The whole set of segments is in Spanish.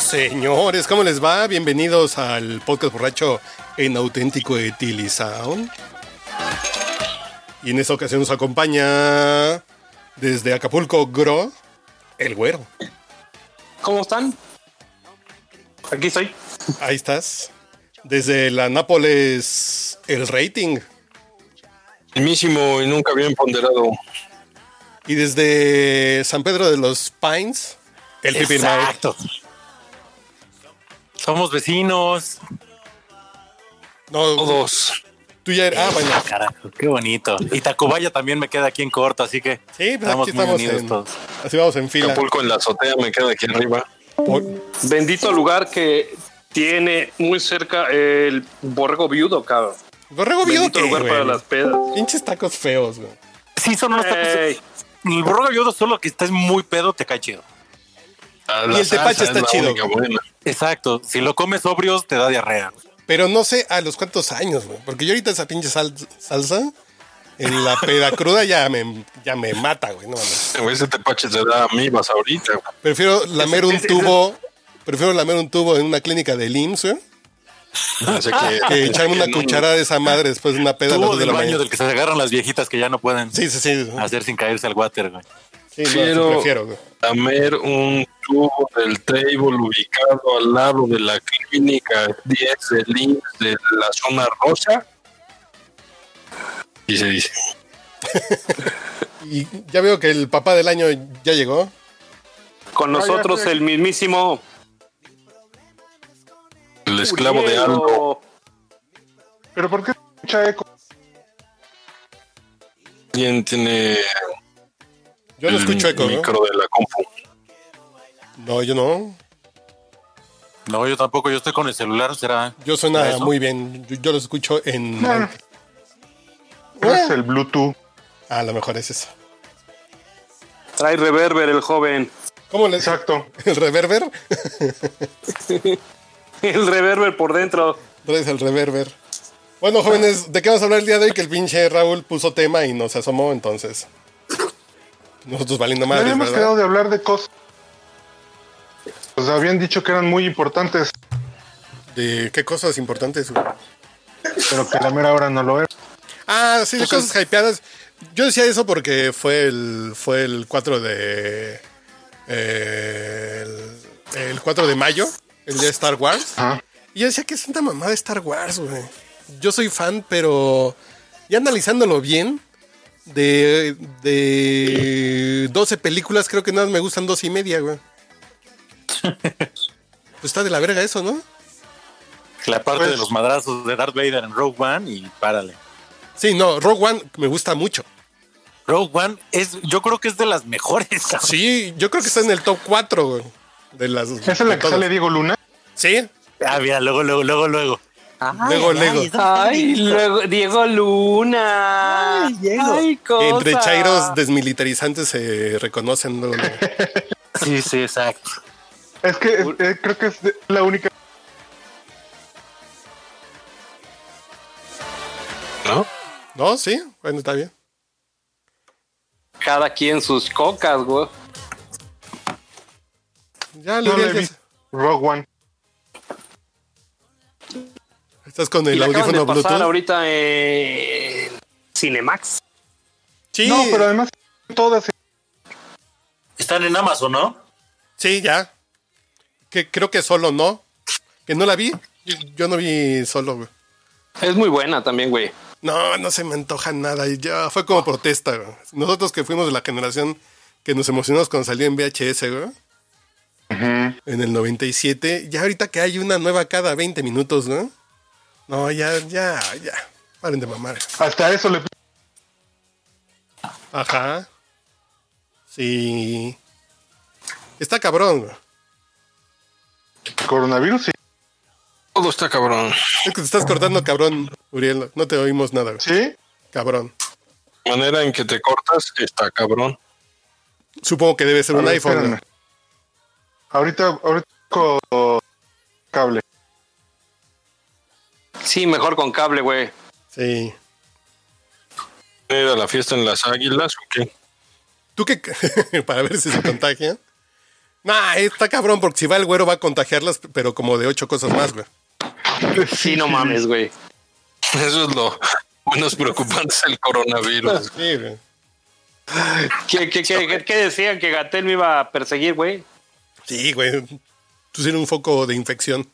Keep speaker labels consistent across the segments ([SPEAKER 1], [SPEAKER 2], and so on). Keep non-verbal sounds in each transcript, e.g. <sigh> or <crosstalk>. [SPEAKER 1] Señores, ¿cómo les va? Bienvenidos al podcast borracho en auténtico Etilizaun. Y en esta ocasión nos acompaña desde Acapulco, Gro, el güero.
[SPEAKER 2] ¿Cómo están? Aquí estoy.
[SPEAKER 1] Ahí estás. Desde la Nápoles, el rating.
[SPEAKER 3] Mismísimo y nunca bien ponderado.
[SPEAKER 1] Y desde San Pedro de los Pines, el Pipi Mike.
[SPEAKER 2] Somos vecinos.
[SPEAKER 1] No,
[SPEAKER 3] Todos.
[SPEAKER 1] tú ya eres. Ah, bueno.
[SPEAKER 2] Carajo, qué bonito. Y Tacubaya también me queda aquí en corto, así que
[SPEAKER 1] Sí, pues
[SPEAKER 2] estamos
[SPEAKER 1] aquí
[SPEAKER 2] muy
[SPEAKER 1] estamos.
[SPEAKER 2] unidos
[SPEAKER 1] en-
[SPEAKER 2] todos.
[SPEAKER 1] así vamos en fila.
[SPEAKER 3] Acapulco en la azotea me queda aquí arriba.
[SPEAKER 1] Por-
[SPEAKER 4] Bendito lugar que tiene muy cerca el borrego viudo, cabrón.
[SPEAKER 1] Borrego
[SPEAKER 4] Bendito
[SPEAKER 1] Biote,
[SPEAKER 4] lugar
[SPEAKER 1] güey.
[SPEAKER 4] para las pedas.
[SPEAKER 1] Pinches tacos feos, güey.
[SPEAKER 2] Sí, son unos tacos.
[SPEAKER 4] Ey,
[SPEAKER 2] El borrego viudo solo que estés muy pedo te cae chido.
[SPEAKER 3] Ah,
[SPEAKER 1] Y
[SPEAKER 3] la
[SPEAKER 1] el tepache está
[SPEAKER 3] salsa es la
[SPEAKER 1] chido.
[SPEAKER 3] única buena.
[SPEAKER 2] Exacto. Si lo comes sobrios te da diarrea. güey.
[SPEAKER 1] Pero no sé a los cuántos años, güey. Porque yo ahorita esa pinche sal- salsa en
[SPEAKER 2] <laughs>
[SPEAKER 1] la peda cruda ya me, ya me mata, güey. No, mames.
[SPEAKER 3] Este Güey, Ese tepache te da amibas ahorita. güey.
[SPEAKER 1] Prefiero lamer un tubo. Prefiero lamer un tubo en una clínica de IMSS, güey,
[SPEAKER 3] Así que,
[SPEAKER 1] <laughs>
[SPEAKER 2] <laughs>
[SPEAKER 1] que echarme una
[SPEAKER 3] que no.
[SPEAKER 1] cucharada de esa madre después de una peda a las
[SPEAKER 2] Tubo
[SPEAKER 1] dos de la
[SPEAKER 2] del baño
[SPEAKER 1] mañana.
[SPEAKER 2] del que se agarran las viejitas que ya no pueden
[SPEAKER 1] Sí, sí, sí.
[SPEAKER 2] hacer sin caerse al water, güey.
[SPEAKER 1] Sí, no, sí,
[SPEAKER 3] Prefiero-
[SPEAKER 1] prefiero, güey.
[SPEAKER 3] Lamer un tubo del table ubicado al lado de la clínica 10 del IMSS de la zona rosa. Y se dice,
[SPEAKER 1] Y ya veo que el papá del año ya llegó.
[SPEAKER 4] con nosotros el mismísimo
[SPEAKER 3] el esclavo de
[SPEAKER 4] Uriel,
[SPEAKER 3] algo.
[SPEAKER 4] o
[SPEAKER 5] Pero ¿por qué escucha eco?
[SPEAKER 3] ¿Quién tiene
[SPEAKER 1] Yo no
[SPEAKER 3] el
[SPEAKER 1] escucho eco, ¿no?
[SPEAKER 3] micro de la compu?
[SPEAKER 1] No, yo no.
[SPEAKER 2] No, yo tampoco, yo estoy con el celular, será.
[SPEAKER 1] Yo suena
[SPEAKER 2] ¿Eso?
[SPEAKER 1] muy bien. Yo, yo los escucho en.
[SPEAKER 5] No. Es Pues el Bluetooth.
[SPEAKER 1] Ah, A lo mejor es eso.
[SPEAKER 4] Trae reverber el joven.
[SPEAKER 1] ¿Cómo les.?
[SPEAKER 5] Exacto.
[SPEAKER 1] <laughs> ¿El reverber? <laughs>
[SPEAKER 4] El reverber por dentro.
[SPEAKER 1] Traes el reverber. Bueno, jóvenes, ¿de qué vamos a hablar el día de hoy? Que el pinche Raúl puso tema y nos asomó, entonces. Nosotros valiendo
[SPEAKER 5] No
[SPEAKER 1] madres,
[SPEAKER 5] habíamos
[SPEAKER 1] ¿verdad?
[SPEAKER 5] quedado de hablar de cosas. Pues habían dicho que eran muy importantes,
[SPEAKER 1] De qué cosas importantes, güey.
[SPEAKER 5] pero que a la mera hora no lo es.
[SPEAKER 1] Ah, sí, de cosas hypeadas. Yo decía eso porque fue el, fue el 4 de. eh, el, el 4 de mayo, el día de Star Wars.
[SPEAKER 5] Ajá.
[SPEAKER 1] Y yo decía que es tanta mamada Star Wars, güey. Yo soy fan, pero ya analizándolo bien, de, de 12 películas, creo que nada más me gustan dos y media, güey. Pues está de la verga eso, ¿no?
[SPEAKER 2] La parte
[SPEAKER 5] Pues-
[SPEAKER 2] de los madrazos de Darth Vader en Rogue One y párale.
[SPEAKER 1] Sí, no, Rogue One me gusta mucho.
[SPEAKER 2] Rogue One es, yo creo que es de las mejores. <laughs> cabrón.
[SPEAKER 1] Sí, yo creo que está en el top 4, güey. De las,
[SPEAKER 5] Esa es
[SPEAKER 1] de
[SPEAKER 5] la que
[SPEAKER 1] todas.
[SPEAKER 5] sale Diego Luna.
[SPEAKER 1] Sí,
[SPEAKER 2] Ah, mira, luego, luego, luego, luego.
[SPEAKER 1] luego, luego.
[SPEAKER 4] Ay, luego Diego Luna. Ay, Diego.
[SPEAKER 1] Entre chairos desmilitarizantes se reconocen. luego, luego.
[SPEAKER 2] Sí, sí, exacto.
[SPEAKER 5] Es que es- eh, creo que es de- la única.
[SPEAKER 3] ¿No?
[SPEAKER 1] No, sí, bueno, está bien.
[SPEAKER 4] Cada quien sus cocas, güey.
[SPEAKER 1] Ya,
[SPEAKER 5] No
[SPEAKER 1] Luriel,
[SPEAKER 5] la he
[SPEAKER 1] ya
[SPEAKER 5] visto. Rogue One.
[SPEAKER 1] estás con
[SPEAKER 4] Y
[SPEAKER 1] el
[SPEAKER 4] la acaban
[SPEAKER 1] audífono
[SPEAKER 4] de pasar
[SPEAKER 1] Bluetooth.
[SPEAKER 4] ahorita en Cinemax.
[SPEAKER 1] Sí,
[SPEAKER 5] No, pero además todas.
[SPEAKER 2] Están en Amazon, ¿no?
[SPEAKER 1] sí, ya. Que creo que solo no. Que no la vi. Yo, yo no vi solo, güey.
[SPEAKER 4] Es muy buena también, güey.
[SPEAKER 1] No, no se me antoja nada. Y ya fue como protesta, güey. Nosotros que fuimos de la generación que nos emocionamos cuando salió en VHS, güey.
[SPEAKER 5] Ujú.
[SPEAKER 1] en el 97. Ya ahorita que hay una nueva cada 20 minutos, ¿no? No, ya, ya, ya. Paren de mamar.
[SPEAKER 5] Hasta eso le.
[SPEAKER 1] Ajá. Sí. Está cabrón. güey.
[SPEAKER 5] Coronavirus, sí.
[SPEAKER 3] Todo está cabrón.
[SPEAKER 1] Es que te estás cortando, cabrón, Uriel. No te oímos nada, güey.
[SPEAKER 5] ¿Sí?
[SPEAKER 1] cabrón.
[SPEAKER 3] La manera en que te cortas está cabrón.
[SPEAKER 1] Supongo que debe ser
[SPEAKER 5] A
[SPEAKER 1] un
[SPEAKER 5] ver,
[SPEAKER 1] iPhone.
[SPEAKER 5] espérame.
[SPEAKER 1] güey.
[SPEAKER 5] Ahorita, ahorita con cable.
[SPEAKER 4] Sí, mejor con cable, güey.
[SPEAKER 1] Sí.
[SPEAKER 3] ¿Era la fiesta en las águilas o qué?
[SPEAKER 1] ¿Tú qué? <laughs> Para ver si se contagian. Nah, está cabrón, porque si va el güero va a contagiarlas, pero como de ocho cosas más, güey.
[SPEAKER 4] Sí, no mames, güey.
[SPEAKER 3] <laughs> Eso es lo menos preocupante del coronavirus.
[SPEAKER 1] Sí, güey.
[SPEAKER 4] ¿Qué, qué, qué- qué- qué decían? ¿Que Gatel me iba a perseguir, güey?
[SPEAKER 1] Sí, güey. Tú tienes un foco de infección.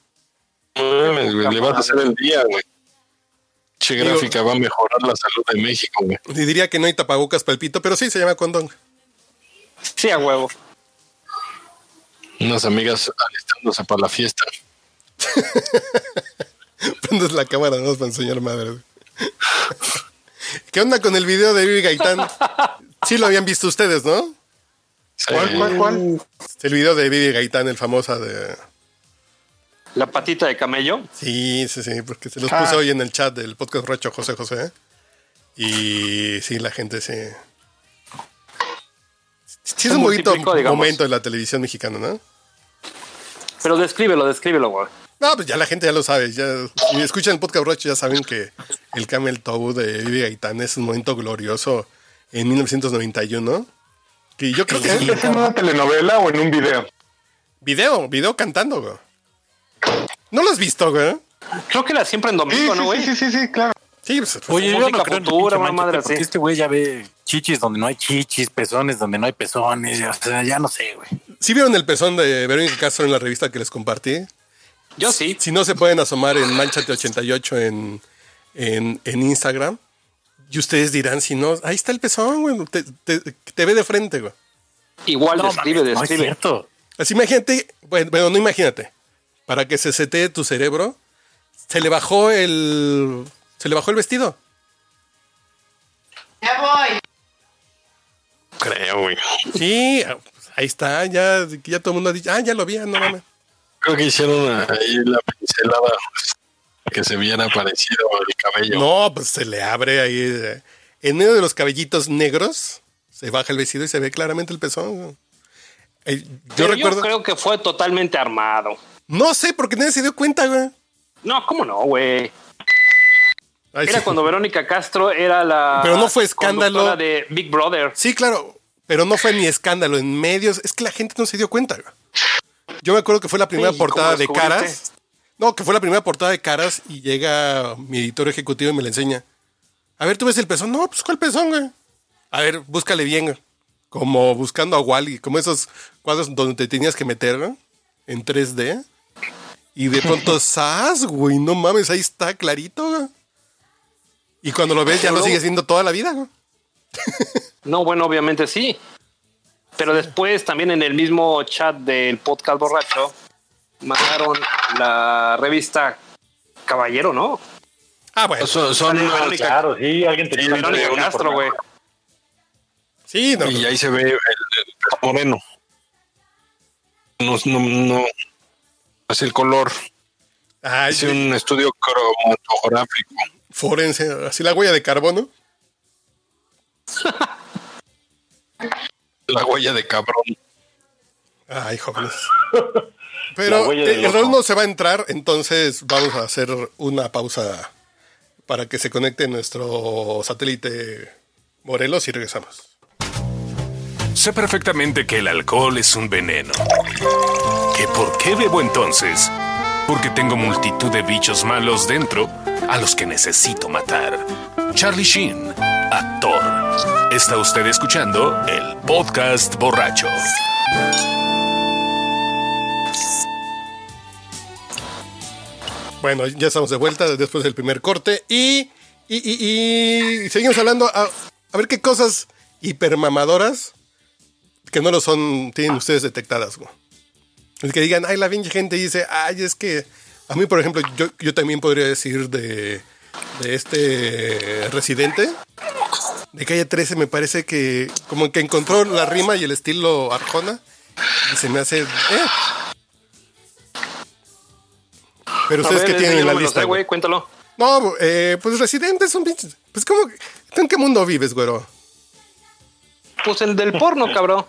[SPEAKER 3] No mames, güey, Le vas a hacer el día, güey. Che
[SPEAKER 1] Digo-
[SPEAKER 3] gráfica va a mejorar la salud de México, güey.
[SPEAKER 1] Y diría que no hay tapabocas palpito, pero sí se llama condón. <laughs>
[SPEAKER 4] Sí, a huevo.
[SPEAKER 3] Unas amigas alistándose para la fiesta.
[SPEAKER 1] Prendes la cámara no para enseñar madre. güey. ¿Qué onda con el video de Vivi Gaitán? Sí lo habían visto ustedes, ¿no?
[SPEAKER 5] ¿Cuál,
[SPEAKER 3] Sí.
[SPEAKER 5] cuál, cuál?
[SPEAKER 1] El video de Vivi Gaitán, el famosa de...
[SPEAKER 4] La patita de camello.
[SPEAKER 1] Sí, sí, sí, porque se los
[SPEAKER 5] Ah.
[SPEAKER 1] puse hoy en el chat del podcast Rocho José José. ¿eh? Y sí, la gente se... Sí, es
[SPEAKER 4] Se
[SPEAKER 1] un bonito
[SPEAKER 4] multiplicó, digamos.
[SPEAKER 1] momento de la televisión mexicana, ¿no?
[SPEAKER 4] Pero descríbelo, descríbelo, güey.
[SPEAKER 1] No, pues ya la gente ya lo sabe. Ya, si escuchan el podcast Roche, ya saben que el Camel Toe de Vivi Gaitán es un momento glorioso en 1991. Que yo creo que
[SPEAKER 5] ¿Es en una telenovela o en un video?
[SPEAKER 1] video, video cantando, güey. ¿No lo has visto, güey?
[SPEAKER 4] Creo que era siempre en
[SPEAKER 5] Sí,
[SPEAKER 4] domingo,
[SPEAKER 5] sí,
[SPEAKER 4] ¿no, güey?
[SPEAKER 5] sí, sí, sí, sí, claro.
[SPEAKER 1] Sí, pues, pues,
[SPEAKER 2] Oye, yo
[SPEAKER 4] música
[SPEAKER 2] no creo en el
[SPEAKER 4] futura,
[SPEAKER 2] pinche
[SPEAKER 4] una madre
[SPEAKER 2] manchete, porque
[SPEAKER 4] así.
[SPEAKER 2] este güey ya ve chichis donde no hay chichis, pezones donde no hay pezones, ya- o sea, ya no sé, güey.
[SPEAKER 1] ¿sí vieron el pezón de Verónica Castro en la revista que les compartí?
[SPEAKER 4] Yo sí.
[SPEAKER 1] Si no, se pueden asomar en Manchate88 en, en, en Instagram. Y ustedes dirán, si no, ahí está el pezón, güey. Te, te- te ve de frente, güey.
[SPEAKER 4] Igual describe,
[SPEAKER 2] mames, no es
[SPEAKER 4] describe.
[SPEAKER 2] cierto.
[SPEAKER 1] Así imagínate, bueno, bueno, no imagínate. Para que se setee tu cerebro, se le bajó el. Se le bajó el vestido.
[SPEAKER 6] Ya voy.
[SPEAKER 3] Creo, güey.
[SPEAKER 1] Sí, pues, ahí está, ya, ya todo el mundo ha dicho, ah, ya lo vi, ah, no mames.
[SPEAKER 3] Creo que hicieron eh, ahí la pincelada pues, que se viera parecido el cabello.
[SPEAKER 1] No, pues se le abre ahí. eh. En medio de los cabellitos negros, se baja el vestido y se ve claramente el pezón. Eh, yo
[SPEAKER 4] Pero
[SPEAKER 1] recuerdo.
[SPEAKER 4] yo creo que fue totalmente armado.
[SPEAKER 1] No sé, porque nadie se dio cuenta, güey.
[SPEAKER 4] No, ¿cómo no, güey?
[SPEAKER 1] Ay,
[SPEAKER 4] Era
[SPEAKER 1] Pues sí.
[SPEAKER 4] cuando Verónica Castro era la.
[SPEAKER 1] Pero no fue escándalo.
[SPEAKER 4] conductora de Big Brother.
[SPEAKER 1] Sí, claro, pero no fue ni escándalo en medios. Es que la gente no se dio cuenta. güey. Yo me acuerdo que fue la primera
[SPEAKER 4] Sí, ¿y cómo
[SPEAKER 1] portada de
[SPEAKER 4] descubriste?
[SPEAKER 1] caras. No, que fue la primera portada de caras y llega mi editor ejecutivo y me la enseña. A ver, ¿tú ves el pezón? No, pues ¿cuál pezón, güey? A ver, búscale bien, güey. Como buscando a Wally, como esos cuadros donde te tenías que meter, ¿no? En 3D. Y
[SPEAKER 4] <laughs>
[SPEAKER 1] de pronto, ¡zas, güey! No mames, ahí está clarito, güey. Y cuando lo ves, ya
[SPEAKER 4] Pero
[SPEAKER 1] lo
[SPEAKER 4] luego-
[SPEAKER 1] sigues viendo toda la vida, güey.
[SPEAKER 4] No, bueno, obviamente sí. Pero después también en el mismo chat del podcast borracho mandaron la revista Caballero, ¿no?
[SPEAKER 1] Ah, bueno.
[SPEAKER 3] Son, son
[SPEAKER 4] Verónica-
[SPEAKER 7] Claro, sí, alguien tenía una
[SPEAKER 4] Verónica
[SPEAKER 7] una
[SPEAKER 4] Castro,
[SPEAKER 7] por-
[SPEAKER 4] güey.
[SPEAKER 1] Sí, no.
[SPEAKER 3] y ahí se ve el, el moreno. No, no, no. Es el color.
[SPEAKER 1] Ay,
[SPEAKER 3] Hice un estudio cromatográfico.
[SPEAKER 1] forense, así la huella de carbono.
[SPEAKER 3] La huella de cabrón.
[SPEAKER 1] Ay, jóvenes.
[SPEAKER 7] La
[SPEAKER 1] Pero
[SPEAKER 7] huella del
[SPEAKER 1] el
[SPEAKER 7] loco.
[SPEAKER 1] rol no se va a entrar, entonces vamos a hacer una pausa para que se conecte nuestro satélite Morelos y regresamos.
[SPEAKER 8] Sé perfectamente que el alcohol es un veneno. ¿Que por qué bebo entonces? Porque tengo multitud de bichos malos dentro a los que necesito matar. Charlie Sheen, actor. Está usted escuchando el podcast borracho.
[SPEAKER 1] Bueno, ya estamos de vuelta después del primer corte y, y, y- y seguimos hablando a, a ver qué cosas hipermamadoras que no lo son, tienen ustedes detectadas. güey. Es que digan, ay, la pinche gente dice, ay, es que a mí, por ejemplo, yo, yo también podría decir de, de este residente de calle 13, me parece que como que encontró la rima y el estilo Arjona y se me hace. eh. Pero
[SPEAKER 4] A
[SPEAKER 1] ustedes
[SPEAKER 4] ver,
[SPEAKER 1] que
[SPEAKER 4] ese
[SPEAKER 1] tienen
[SPEAKER 4] yo
[SPEAKER 1] en la
[SPEAKER 4] no me lo
[SPEAKER 1] lista.
[SPEAKER 4] sé, güey,
[SPEAKER 1] güey.
[SPEAKER 4] cuéntalo.
[SPEAKER 1] No, eh, pues residentes son pinches. Pues como, ¿tú ¿en qué mundo vives, güero?
[SPEAKER 4] Pues el del
[SPEAKER 1] <laughs>
[SPEAKER 4] porno, cabrón.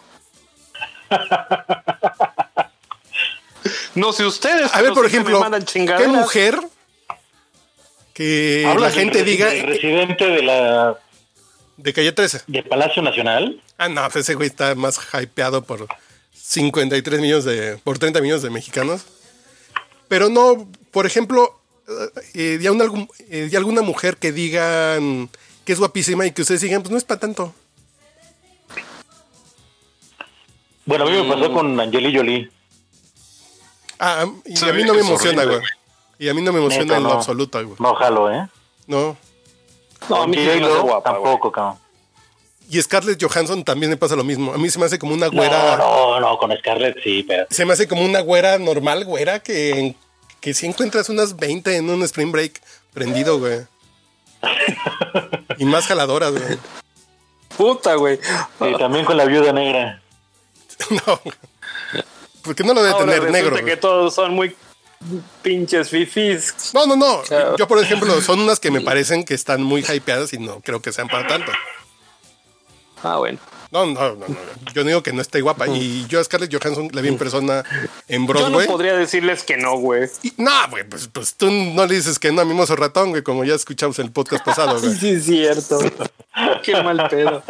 [SPEAKER 4] No sé ustedes.
[SPEAKER 1] A ver,
[SPEAKER 4] pero
[SPEAKER 1] por
[SPEAKER 4] sí que me
[SPEAKER 1] ejemplo,
[SPEAKER 4] mandan
[SPEAKER 1] ¿qué
[SPEAKER 4] chingaderas.
[SPEAKER 1] mujer que Eh, la
[SPEAKER 6] Hablas del
[SPEAKER 1] gente
[SPEAKER 6] resi-
[SPEAKER 1] diga
[SPEAKER 6] del residente de la
[SPEAKER 1] de calle 13?
[SPEAKER 6] de Palacio Nacional.
[SPEAKER 1] Ah, no, pues ese güey está más hypeado por 53 millones de. por 30 millones de mexicanos. Pero no, por ejemplo, eh, de, algún- eh, de alguna mujer que digan que es guapísima y que ustedes digan, pues no es para tanto.
[SPEAKER 6] Bueno, a mí me pasó con Angeli Jolie.
[SPEAKER 1] Ah, y
[SPEAKER 3] Sí,
[SPEAKER 1] a mí no me
[SPEAKER 3] es
[SPEAKER 1] emociona,
[SPEAKER 3] horrible,
[SPEAKER 1] güey. Y a mí no me emociona
[SPEAKER 6] Neta,
[SPEAKER 1] en lo
[SPEAKER 6] no.
[SPEAKER 1] absoluto, güey.
[SPEAKER 6] No jalo, ¿eh?
[SPEAKER 1] No.
[SPEAKER 4] No, a mí sí se me hace
[SPEAKER 6] J.Lo
[SPEAKER 4] guapa, güey.
[SPEAKER 6] Tampoco, cabrón.
[SPEAKER 1] Y Scarlett Johansson también me pasa lo mismo. A mí se me hace como una
[SPEAKER 6] No,
[SPEAKER 1] güera.
[SPEAKER 6] no, no, con Scarlett sí, pero.
[SPEAKER 1] Se me hace como una güera normal, güera, que, que si encuentras unas 20 en un spring break prendido, güey. y más jaladoras, güey. <laughs>
[SPEAKER 4] Puta, güey.
[SPEAKER 6] Y también con la viuda negra.
[SPEAKER 1] No. Porque no lo debe
[SPEAKER 4] Ahora
[SPEAKER 1] tener
[SPEAKER 4] resulta
[SPEAKER 1] negro.
[SPEAKER 4] que
[SPEAKER 1] güey?
[SPEAKER 4] todos son muy pinches fifis.
[SPEAKER 1] No, no, no.
[SPEAKER 4] Claro.
[SPEAKER 1] Yo, por ejemplo, son unas que me parecen que están muy hypeadas y no creo que sean para tanto.
[SPEAKER 4] Ah, bueno.
[SPEAKER 1] No, no, no, no. Yo no digo que no esté guapa. Y yo a Scarlett Johansson la vi en persona en
[SPEAKER 4] Yo no
[SPEAKER 1] Broadway.
[SPEAKER 4] podría decirles que no, güey.
[SPEAKER 1] Y- No, güey, pues, pues tú no le dices que no a Mimoso Ratón, güey, como ya escuchamos en el podcast pasado,
[SPEAKER 4] Sí,
[SPEAKER 1] güey.
[SPEAKER 4] sí, es cierto. <laughs> Qué mal pedo.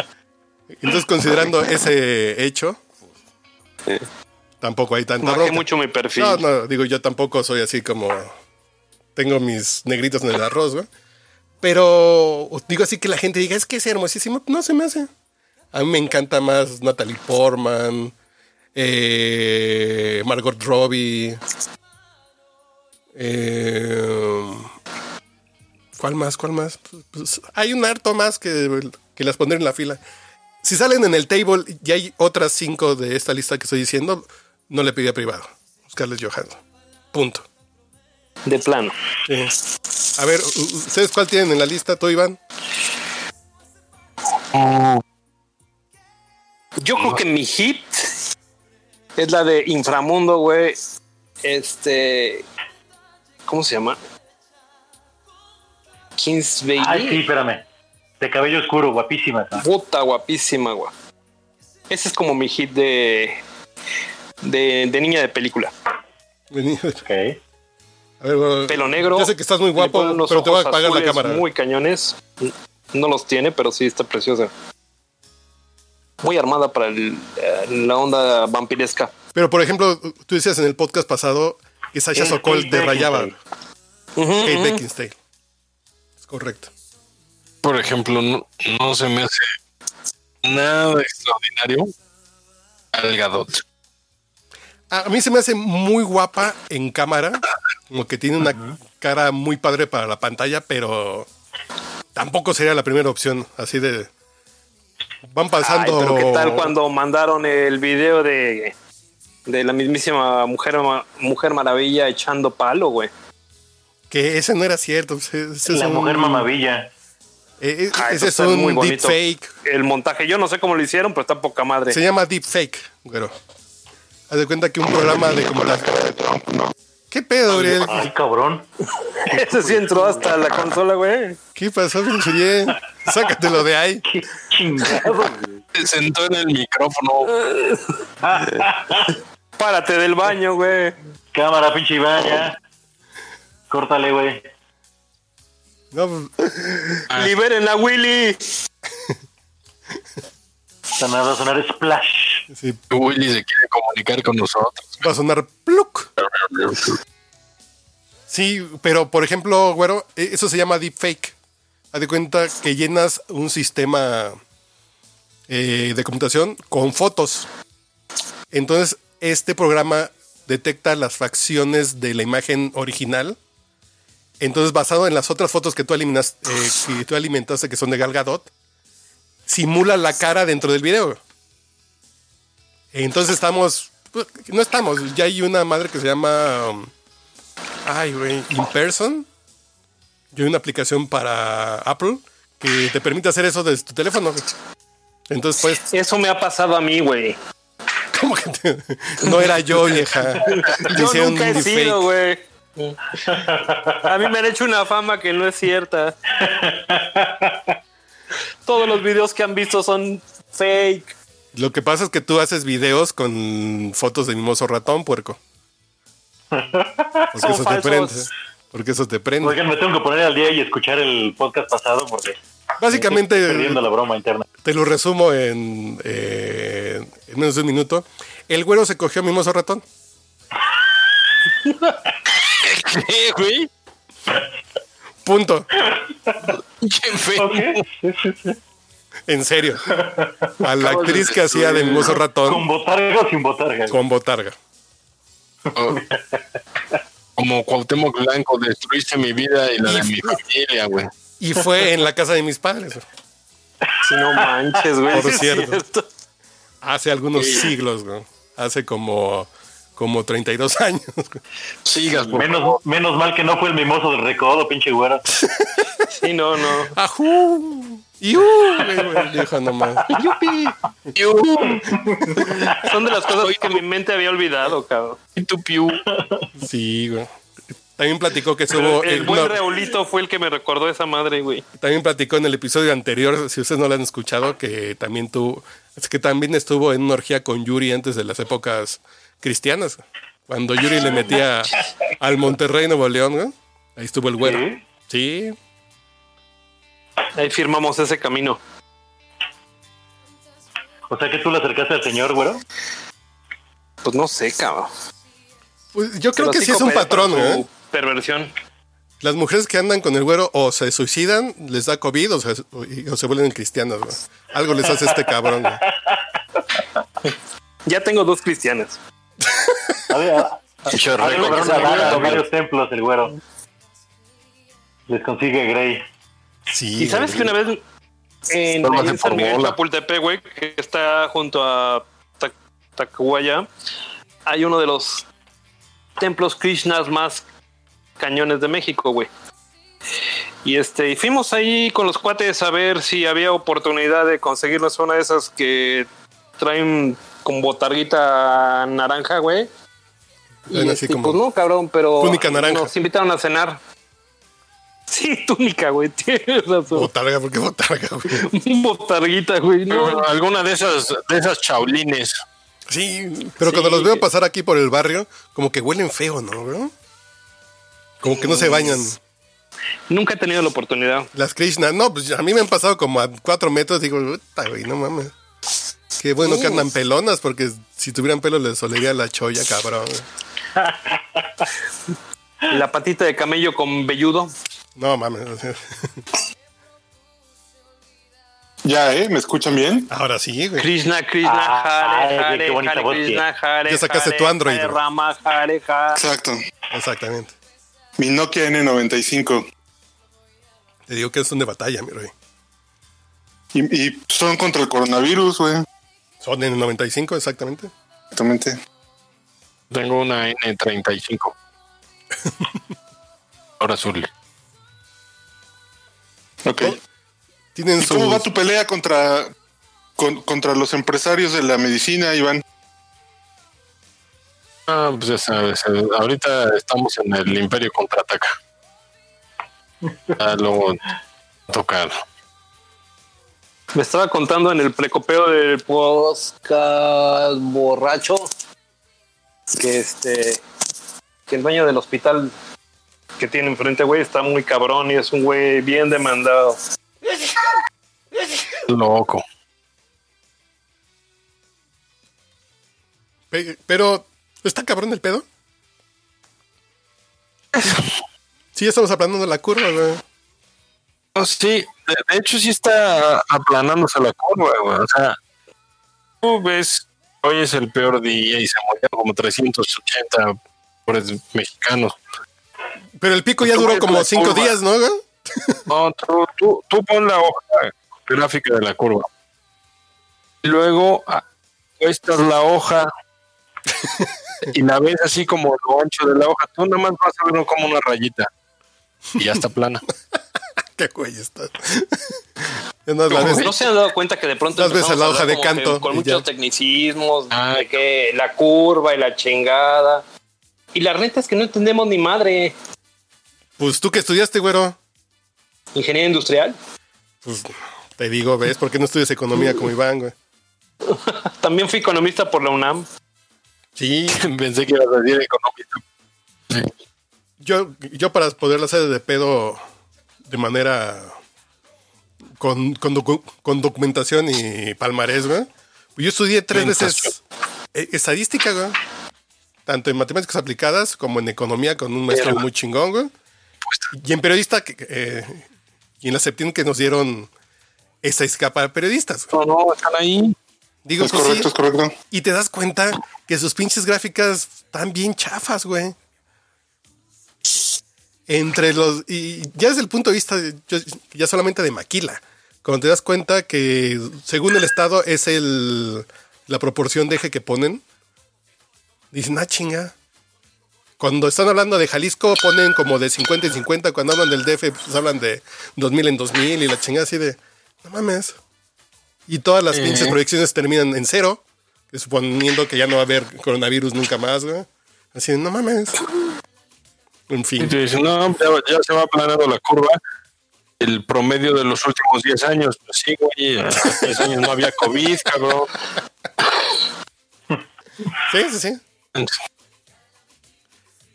[SPEAKER 1] Entonces, considerando ese hecho, tampoco hay tanta
[SPEAKER 4] Bajé
[SPEAKER 1] bronca.
[SPEAKER 4] mucho mi perfil.
[SPEAKER 1] No, no, digo, yo tampoco soy así como... Tengo mis negritos en el arroz, güey. Pero digo así que la gente diga, es que es hermosísimo. No se me hace. A mí me encanta más Natalie Portman, eh, Margot Robbie. eh, ¿Cuál más? ¿Cuál más? Pues, hay un harto más que, que las pondré en la fila. Si salen en el table y hay otras cinco de esta lista que estoy diciendo, no le pedí a privado. Scarlett Johansson. Punto.
[SPEAKER 4] De plano.
[SPEAKER 1] Sí. A ver, u- u- ¿ustedes cuál tienen en la lista, tú, Iván?
[SPEAKER 4] Yo creo que mi hit es la de Inframundo, güey. Este. ¿Cómo se llama? Kings Baby.
[SPEAKER 6] Ay, sí, espérame. De cabello oscuro, guapísima. cabrón.
[SPEAKER 4] Puta guapísima, güey. Ese es como mi hit de. De, de niña de película.
[SPEAKER 1] Vení.
[SPEAKER 6] Ok.
[SPEAKER 1] A ver, bueno,
[SPEAKER 4] Pelo negro.
[SPEAKER 1] Yo sé que estás muy
[SPEAKER 4] le
[SPEAKER 1] guapo,
[SPEAKER 4] ponen unos
[SPEAKER 1] pero te voy a
[SPEAKER 4] ojos
[SPEAKER 1] apagar la
[SPEAKER 4] azules
[SPEAKER 1] cámara.
[SPEAKER 4] Muy cañones. No los tiene, pero sí está preciosa. Muy armada para el- eh, la onda vampiresca.
[SPEAKER 1] Pero, por ejemplo, tú decías en el podcast pasado que Sasha
[SPEAKER 6] Es
[SPEAKER 1] Sokol
[SPEAKER 6] Kate
[SPEAKER 1] te rayaba.
[SPEAKER 6] Beckinsale.
[SPEAKER 4] Ujú,
[SPEAKER 1] Kate
[SPEAKER 4] ujú.
[SPEAKER 1] Beckinsale. Es correcto.
[SPEAKER 3] Por ejemplo, no, no se me hace nada extraordinario al Gadot.
[SPEAKER 1] A a mí se me hace muy guapa en cámara, como que tiene una cara muy padre para la pantalla, pero tampoco sería la primera opción, así de... Van
[SPEAKER 4] Ay,
[SPEAKER 1] pasando...
[SPEAKER 4] pero qué tal cuando mandaron el video de, de la mismísima mujer, Ma- mujer maravilla echando palo, güey.
[SPEAKER 1] Que ese no era cierto. ese- ese es
[SPEAKER 6] La
[SPEAKER 1] un-
[SPEAKER 6] mujer mamavilla.
[SPEAKER 1] eh, eh,
[SPEAKER 4] Ah, eso
[SPEAKER 1] ese es
[SPEAKER 4] está muy
[SPEAKER 1] un
[SPEAKER 4] bonito.
[SPEAKER 1] deepfake.
[SPEAKER 4] El montaje, yo no sé cómo lo hicieron, pero está poca madre.
[SPEAKER 1] Se llama deepfake, güero. Haz de cuenta que un programa de como las... ¿Qué pedo, Gabriel?
[SPEAKER 6] Ay, cabrón.
[SPEAKER 4] <laughs> Ese sí entró hasta la consola, güey.
[SPEAKER 1] ¿Qué pasó, pinche Uriel? Sácatelo de ahí.
[SPEAKER 6] Qué chingado.
[SPEAKER 3] Se sentó en el micrófono.
[SPEAKER 4] Párate del baño, güey.
[SPEAKER 6] Cámara, pinche Iván, ya. Córtale, güey.
[SPEAKER 1] No, pues,
[SPEAKER 4] Liberen a Willy.
[SPEAKER 6] Sonaba a sonar splash.
[SPEAKER 1] pues, sí,
[SPEAKER 3] Willy se quiere comunicar con nosotros. <laughs>
[SPEAKER 1] va a sonar pluk. Sí, pero por ejemplo, güero, e- eso se llama deepfake. Haz de cuenta que llenas un sistema eh, de computación con fotos. Entonces, este programa detecta las facciones de la imagen original. Entonces, basado en las otras fotos que tú, eliminas, eh, que tú alimentaste, que son de Gal Gadot, simula la cara dentro del video. Entonces, estamos pues, no estamos. Ya hay una madre que se llama. um, ay, güey. InPerson. Y una aplicación para Apple que te permite hacer eso desde tu teléfono. güey. Entonces, pues,
[SPEAKER 4] Eso me ha pasado a mí, güey.
[SPEAKER 1] como que te- no era yo, vieja. Te
[SPEAKER 4] Yo
[SPEAKER 1] hicieron
[SPEAKER 4] nunca
[SPEAKER 1] un
[SPEAKER 4] he
[SPEAKER 1] deepfake.
[SPEAKER 4] sido, güey. A mí me han hecho una fama que no es cierta. Todos los videos que han visto son fake.
[SPEAKER 1] Lo que pasa es que tú haces videos con fotos de mimoso
[SPEAKER 4] <laughs>
[SPEAKER 1] ratón, puerco. Porque
[SPEAKER 4] Son
[SPEAKER 1] eso
[SPEAKER 4] falsos.
[SPEAKER 1] te prende. Porque eso te prende.
[SPEAKER 6] Oigan, me tengo que poner al día y escuchar el podcast pasado porque
[SPEAKER 1] <laughs> Básicamente,
[SPEAKER 6] estoy perdiendo la broma interna.
[SPEAKER 1] te lo resumo en, eh, en menos de un minuto. El güero se cogió a mimoso ratón.
[SPEAKER 3] ¿Qué, güey?
[SPEAKER 1] Punto.
[SPEAKER 3] Qué enfermo.
[SPEAKER 1] En serio. A la
[SPEAKER 3] Acabas de
[SPEAKER 1] actriz que hacía de
[SPEAKER 3] destruir.
[SPEAKER 1] mimoso ratón
[SPEAKER 6] ¿Con botarga o sin botarga?
[SPEAKER 1] con botarga.
[SPEAKER 3] Como Cuauhtémoc Blanco, destruiste mi vida y la de mi familia, güey.
[SPEAKER 1] Y fue en la casa de mis padres.
[SPEAKER 4] Si no manches, güey.
[SPEAKER 1] Por
[SPEAKER 4] sí es
[SPEAKER 1] cierto. Hace algunos siglos, güey. Hace como, como 32 años. güey.
[SPEAKER 3] Sigas, por favor.
[SPEAKER 6] Menos, menos mal que no fue el mimoso del recodo, pinche güero.
[SPEAKER 4] Sí, no, no.
[SPEAKER 1] ¡Ajú! ¡Iu! güey, güey, Dijo nomás.
[SPEAKER 4] Yupi.
[SPEAKER 3] Piu,
[SPEAKER 4] Son de las cosas que mi mente había olvidado, cabrón.
[SPEAKER 3] y tu piu.
[SPEAKER 1] Sí, güey. También platicó que
[SPEAKER 4] Pero
[SPEAKER 1] estuvo.
[SPEAKER 4] el
[SPEAKER 1] en-
[SPEAKER 4] buen
[SPEAKER 1] no,
[SPEAKER 4] Reolito fue el que me recordó esa madre, güey.
[SPEAKER 1] también platicó en el episodio anterior, si ustedes no lo han escuchado, que también tú. Es que también estuvo en una orgía con Yuri antes de las épocas cristianas. Cuando Yuri le metía al Monterrey Nuevo León, güey. Ahí estuvo el güero. Sí.
[SPEAKER 4] Ahí firmamos ese camino.
[SPEAKER 6] O sea que tú le acercaste al señor, güero.
[SPEAKER 4] Pues no sé, cabrón.
[SPEAKER 1] Pues yo creo
[SPEAKER 4] Pero
[SPEAKER 1] que sí es un
[SPEAKER 4] coopera
[SPEAKER 1] patrón, ¿eh?
[SPEAKER 4] con su
[SPEAKER 1] güey.
[SPEAKER 4] Perversión.
[SPEAKER 1] Las mujeres que andan con el güero o se suicidan, les da COVID o se, o se vuelven cristianas, güey. Algo les hace este cabrón, güey.
[SPEAKER 4] Ya tengo dos cristianas.
[SPEAKER 6] A ver, a-
[SPEAKER 3] Pinche
[SPEAKER 6] a ver,
[SPEAKER 3] récord.
[SPEAKER 6] una vara a varios templos el güero. Les consigue Grey.
[SPEAKER 1] Sí.
[SPEAKER 4] Y sabes que
[SPEAKER 1] güey.
[SPEAKER 4] una vez en,
[SPEAKER 3] Solo
[SPEAKER 4] ahí en
[SPEAKER 3] hacen
[SPEAKER 4] San
[SPEAKER 3] por
[SPEAKER 4] Miguel
[SPEAKER 3] bola.
[SPEAKER 4] Chapultepec, güey, que está junto a Ta- Tacubaya, hay uno de los templos Krishnas más cañones de México, güey. Y este, y fuimos ahí con los cuates a ver si había oportunidad de conseguirnos una de esas que traen con botarguita naranja, güey. Y
[SPEAKER 1] Ven así
[SPEAKER 4] este,
[SPEAKER 1] como-
[SPEAKER 4] pues no, cabrón, pero
[SPEAKER 1] Túnica naranja.
[SPEAKER 4] nos invitaron a cenar. <laughs> Sí, túnica, güey, <laughs> tienes razón.
[SPEAKER 1] Botarga, ¿por qué botarga,
[SPEAKER 4] <laughs>
[SPEAKER 1] güey?
[SPEAKER 4] Botarguita, güey.
[SPEAKER 3] Pero
[SPEAKER 4] No,
[SPEAKER 3] bueno, alguna de esas, de esas chaulines.
[SPEAKER 1] Sí, pero
[SPEAKER 4] Sí.
[SPEAKER 1] cuando los veo pasar aquí por el barrio, como que huelen feo, ¿no, bro? Como que no se bañan.
[SPEAKER 4] pues. nunca he tenido la oportunidad.
[SPEAKER 1] Las Krishna, no, pues a mí me han pasado como a cuatro metros, digo, puta, güey, no mames. Qué bueno que andan pelonas, porque si tuvieran pelo les olería la cholla, cabrón.
[SPEAKER 4] La patita de camello con velludo.
[SPEAKER 1] No mames.
[SPEAKER 5] Ya, ¿eh? ¿Me escuchan bien?
[SPEAKER 1] Ahora sí, güey.
[SPEAKER 4] Krishna, Krishna,
[SPEAKER 6] Ah,
[SPEAKER 4] Hare,
[SPEAKER 6] ay, güey,
[SPEAKER 4] Hare,
[SPEAKER 6] qué bonita
[SPEAKER 4] Hare,
[SPEAKER 6] voz
[SPEAKER 4] Krishna, Hare.
[SPEAKER 1] Ya sacaste
[SPEAKER 4] Hare,
[SPEAKER 1] tu Android,
[SPEAKER 4] Hare
[SPEAKER 1] bro.
[SPEAKER 4] Rama, Hare, Hare.
[SPEAKER 5] Exacto.
[SPEAKER 1] Exactamente.
[SPEAKER 5] Mi Nokia N95.
[SPEAKER 1] Te digo que son de batalla, mi rey.
[SPEAKER 5] Y, y son contra el coronavirus, güey.
[SPEAKER 1] Son en el 95, exactamente.
[SPEAKER 5] Exactamente.
[SPEAKER 3] Tengo una N35. Ahora azul.
[SPEAKER 5] Ok.
[SPEAKER 1] Tienen
[SPEAKER 5] ¿Y cómo
[SPEAKER 1] sus-
[SPEAKER 5] va tu pelea contra, con- contra los empresarios de la medicina, Iván?
[SPEAKER 3] Ah, pues ya sabes, eh, ahorita estamos en el Imperio Contraataca. Ah, luego tocar.
[SPEAKER 4] Me estaba contando en el precopeo del podcast borracho que este que el dueño del hospital que tiene enfrente, güey, está muy cabrón y es un güey bien demandado.
[SPEAKER 3] Loco.
[SPEAKER 1] Pe- Pero, ¿está cabrón el pedo? Sí, estamos hablando de la curva, güey.
[SPEAKER 3] No, sí, de, de hecho sí está aplanándose la curva, güey. O sea, tú ves, hoy es el peor día y se murieron como 380 pobres mexicanos.
[SPEAKER 1] Pero el pico ya
[SPEAKER 3] Tú
[SPEAKER 1] duró
[SPEAKER 3] ves
[SPEAKER 1] como
[SPEAKER 3] la
[SPEAKER 1] cinco
[SPEAKER 3] curva.
[SPEAKER 1] días, ¿no? güey?
[SPEAKER 3] No, tú, tú, tú pon la hoja gráfica de la curva. Y Luego ah, esta es la hoja y la ves así como lo ancho de la hoja. Tú nada más vas a ver como una rayita y ya está plana.
[SPEAKER 1] Qué güey estás. <laughs> Ya nada más la ves.
[SPEAKER 4] No se han dado cuenta que de pronto
[SPEAKER 1] Las veces
[SPEAKER 4] empezamos
[SPEAKER 1] la
[SPEAKER 4] a
[SPEAKER 1] hoja
[SPEAKER 4] hablar
[SPEAKER 1] de
[SPEAKER 4] como que
[SPEAKER 1] canto
[SPEAKER 4] con
[SPEAKER 1] y
[SPEAKER 4] muchos
[SPEAKER 1] ya.
[SPEAKER 4] tecnicismos,
[SPEAKER 3] Ah,
[SPEAKER 4] de que la curva y la chingada. Y la renta es que no entendemos ni madre.
[SPEAKER 1] Pues tú que estudiaste, güero.
[SPEAKER 4] Ingeniería industrial. <laughs>
[SPEAKER 1] Pues te digo, ¿ves? ¿Por qué no estudias economía como Iván, güey?
[SPEAKER 4] También fui economista por la UNAM.
[SPEAKER 1] Sí,
[SPEAKER 3] <laughs> Pensé que ibas a decir economista.
[SPEAKER 1] yo, yo para poderla hacer de pedo de manera con, con docu- con documentación y palmarés, güey. pues Yo estudié tres veces eh, estadística, güey. Tanto en matemáticas aplicadas como en economía con un maestro muy chingón, güey. Y en periodista, que- que, eh, y en la septión que nos dieron estadística para periodistas. güey.
[SPEAKER 3] No, no, están ahí.
[SPEAKER 1] Digo,
[SPEAKER 5] Es
[SPEAKER 1] pues, sí,
[SPEAKER 5] correcto, es correcto.
[SPEAKER 1] y te das cuenta que sus pinches gráficas están bien chafas, güey. Entre los. Y ya desde el punto de vista, de- yo- ya solamente de Maquila. Cuando te das cuenta que según el estado es el la proporción de eje que ponen. Dicen, ah, chinga. Cuando están hablando de Jalisco, ponen como de 50 en 50. Cuando hablan del DF, pues hablan de 2000 en 2000 y la chingada así de, no mames. Y todas las pinches proyecciones terminan en cero, suponiendo que ya no va a haber coronavirus nunca más, güey. Así de, no mames. En
[SPEAKER 3] Y
[SPEAKER 1] fin.
[SPEAKER 3] te dicen, no, ya, ya se va aplanando la curva. El promedio de los últimos 10 años. Pues sí, güey. Hace 10 años no había COVID, cabrón.
[SPEAKER 1] Sí, sí, sí.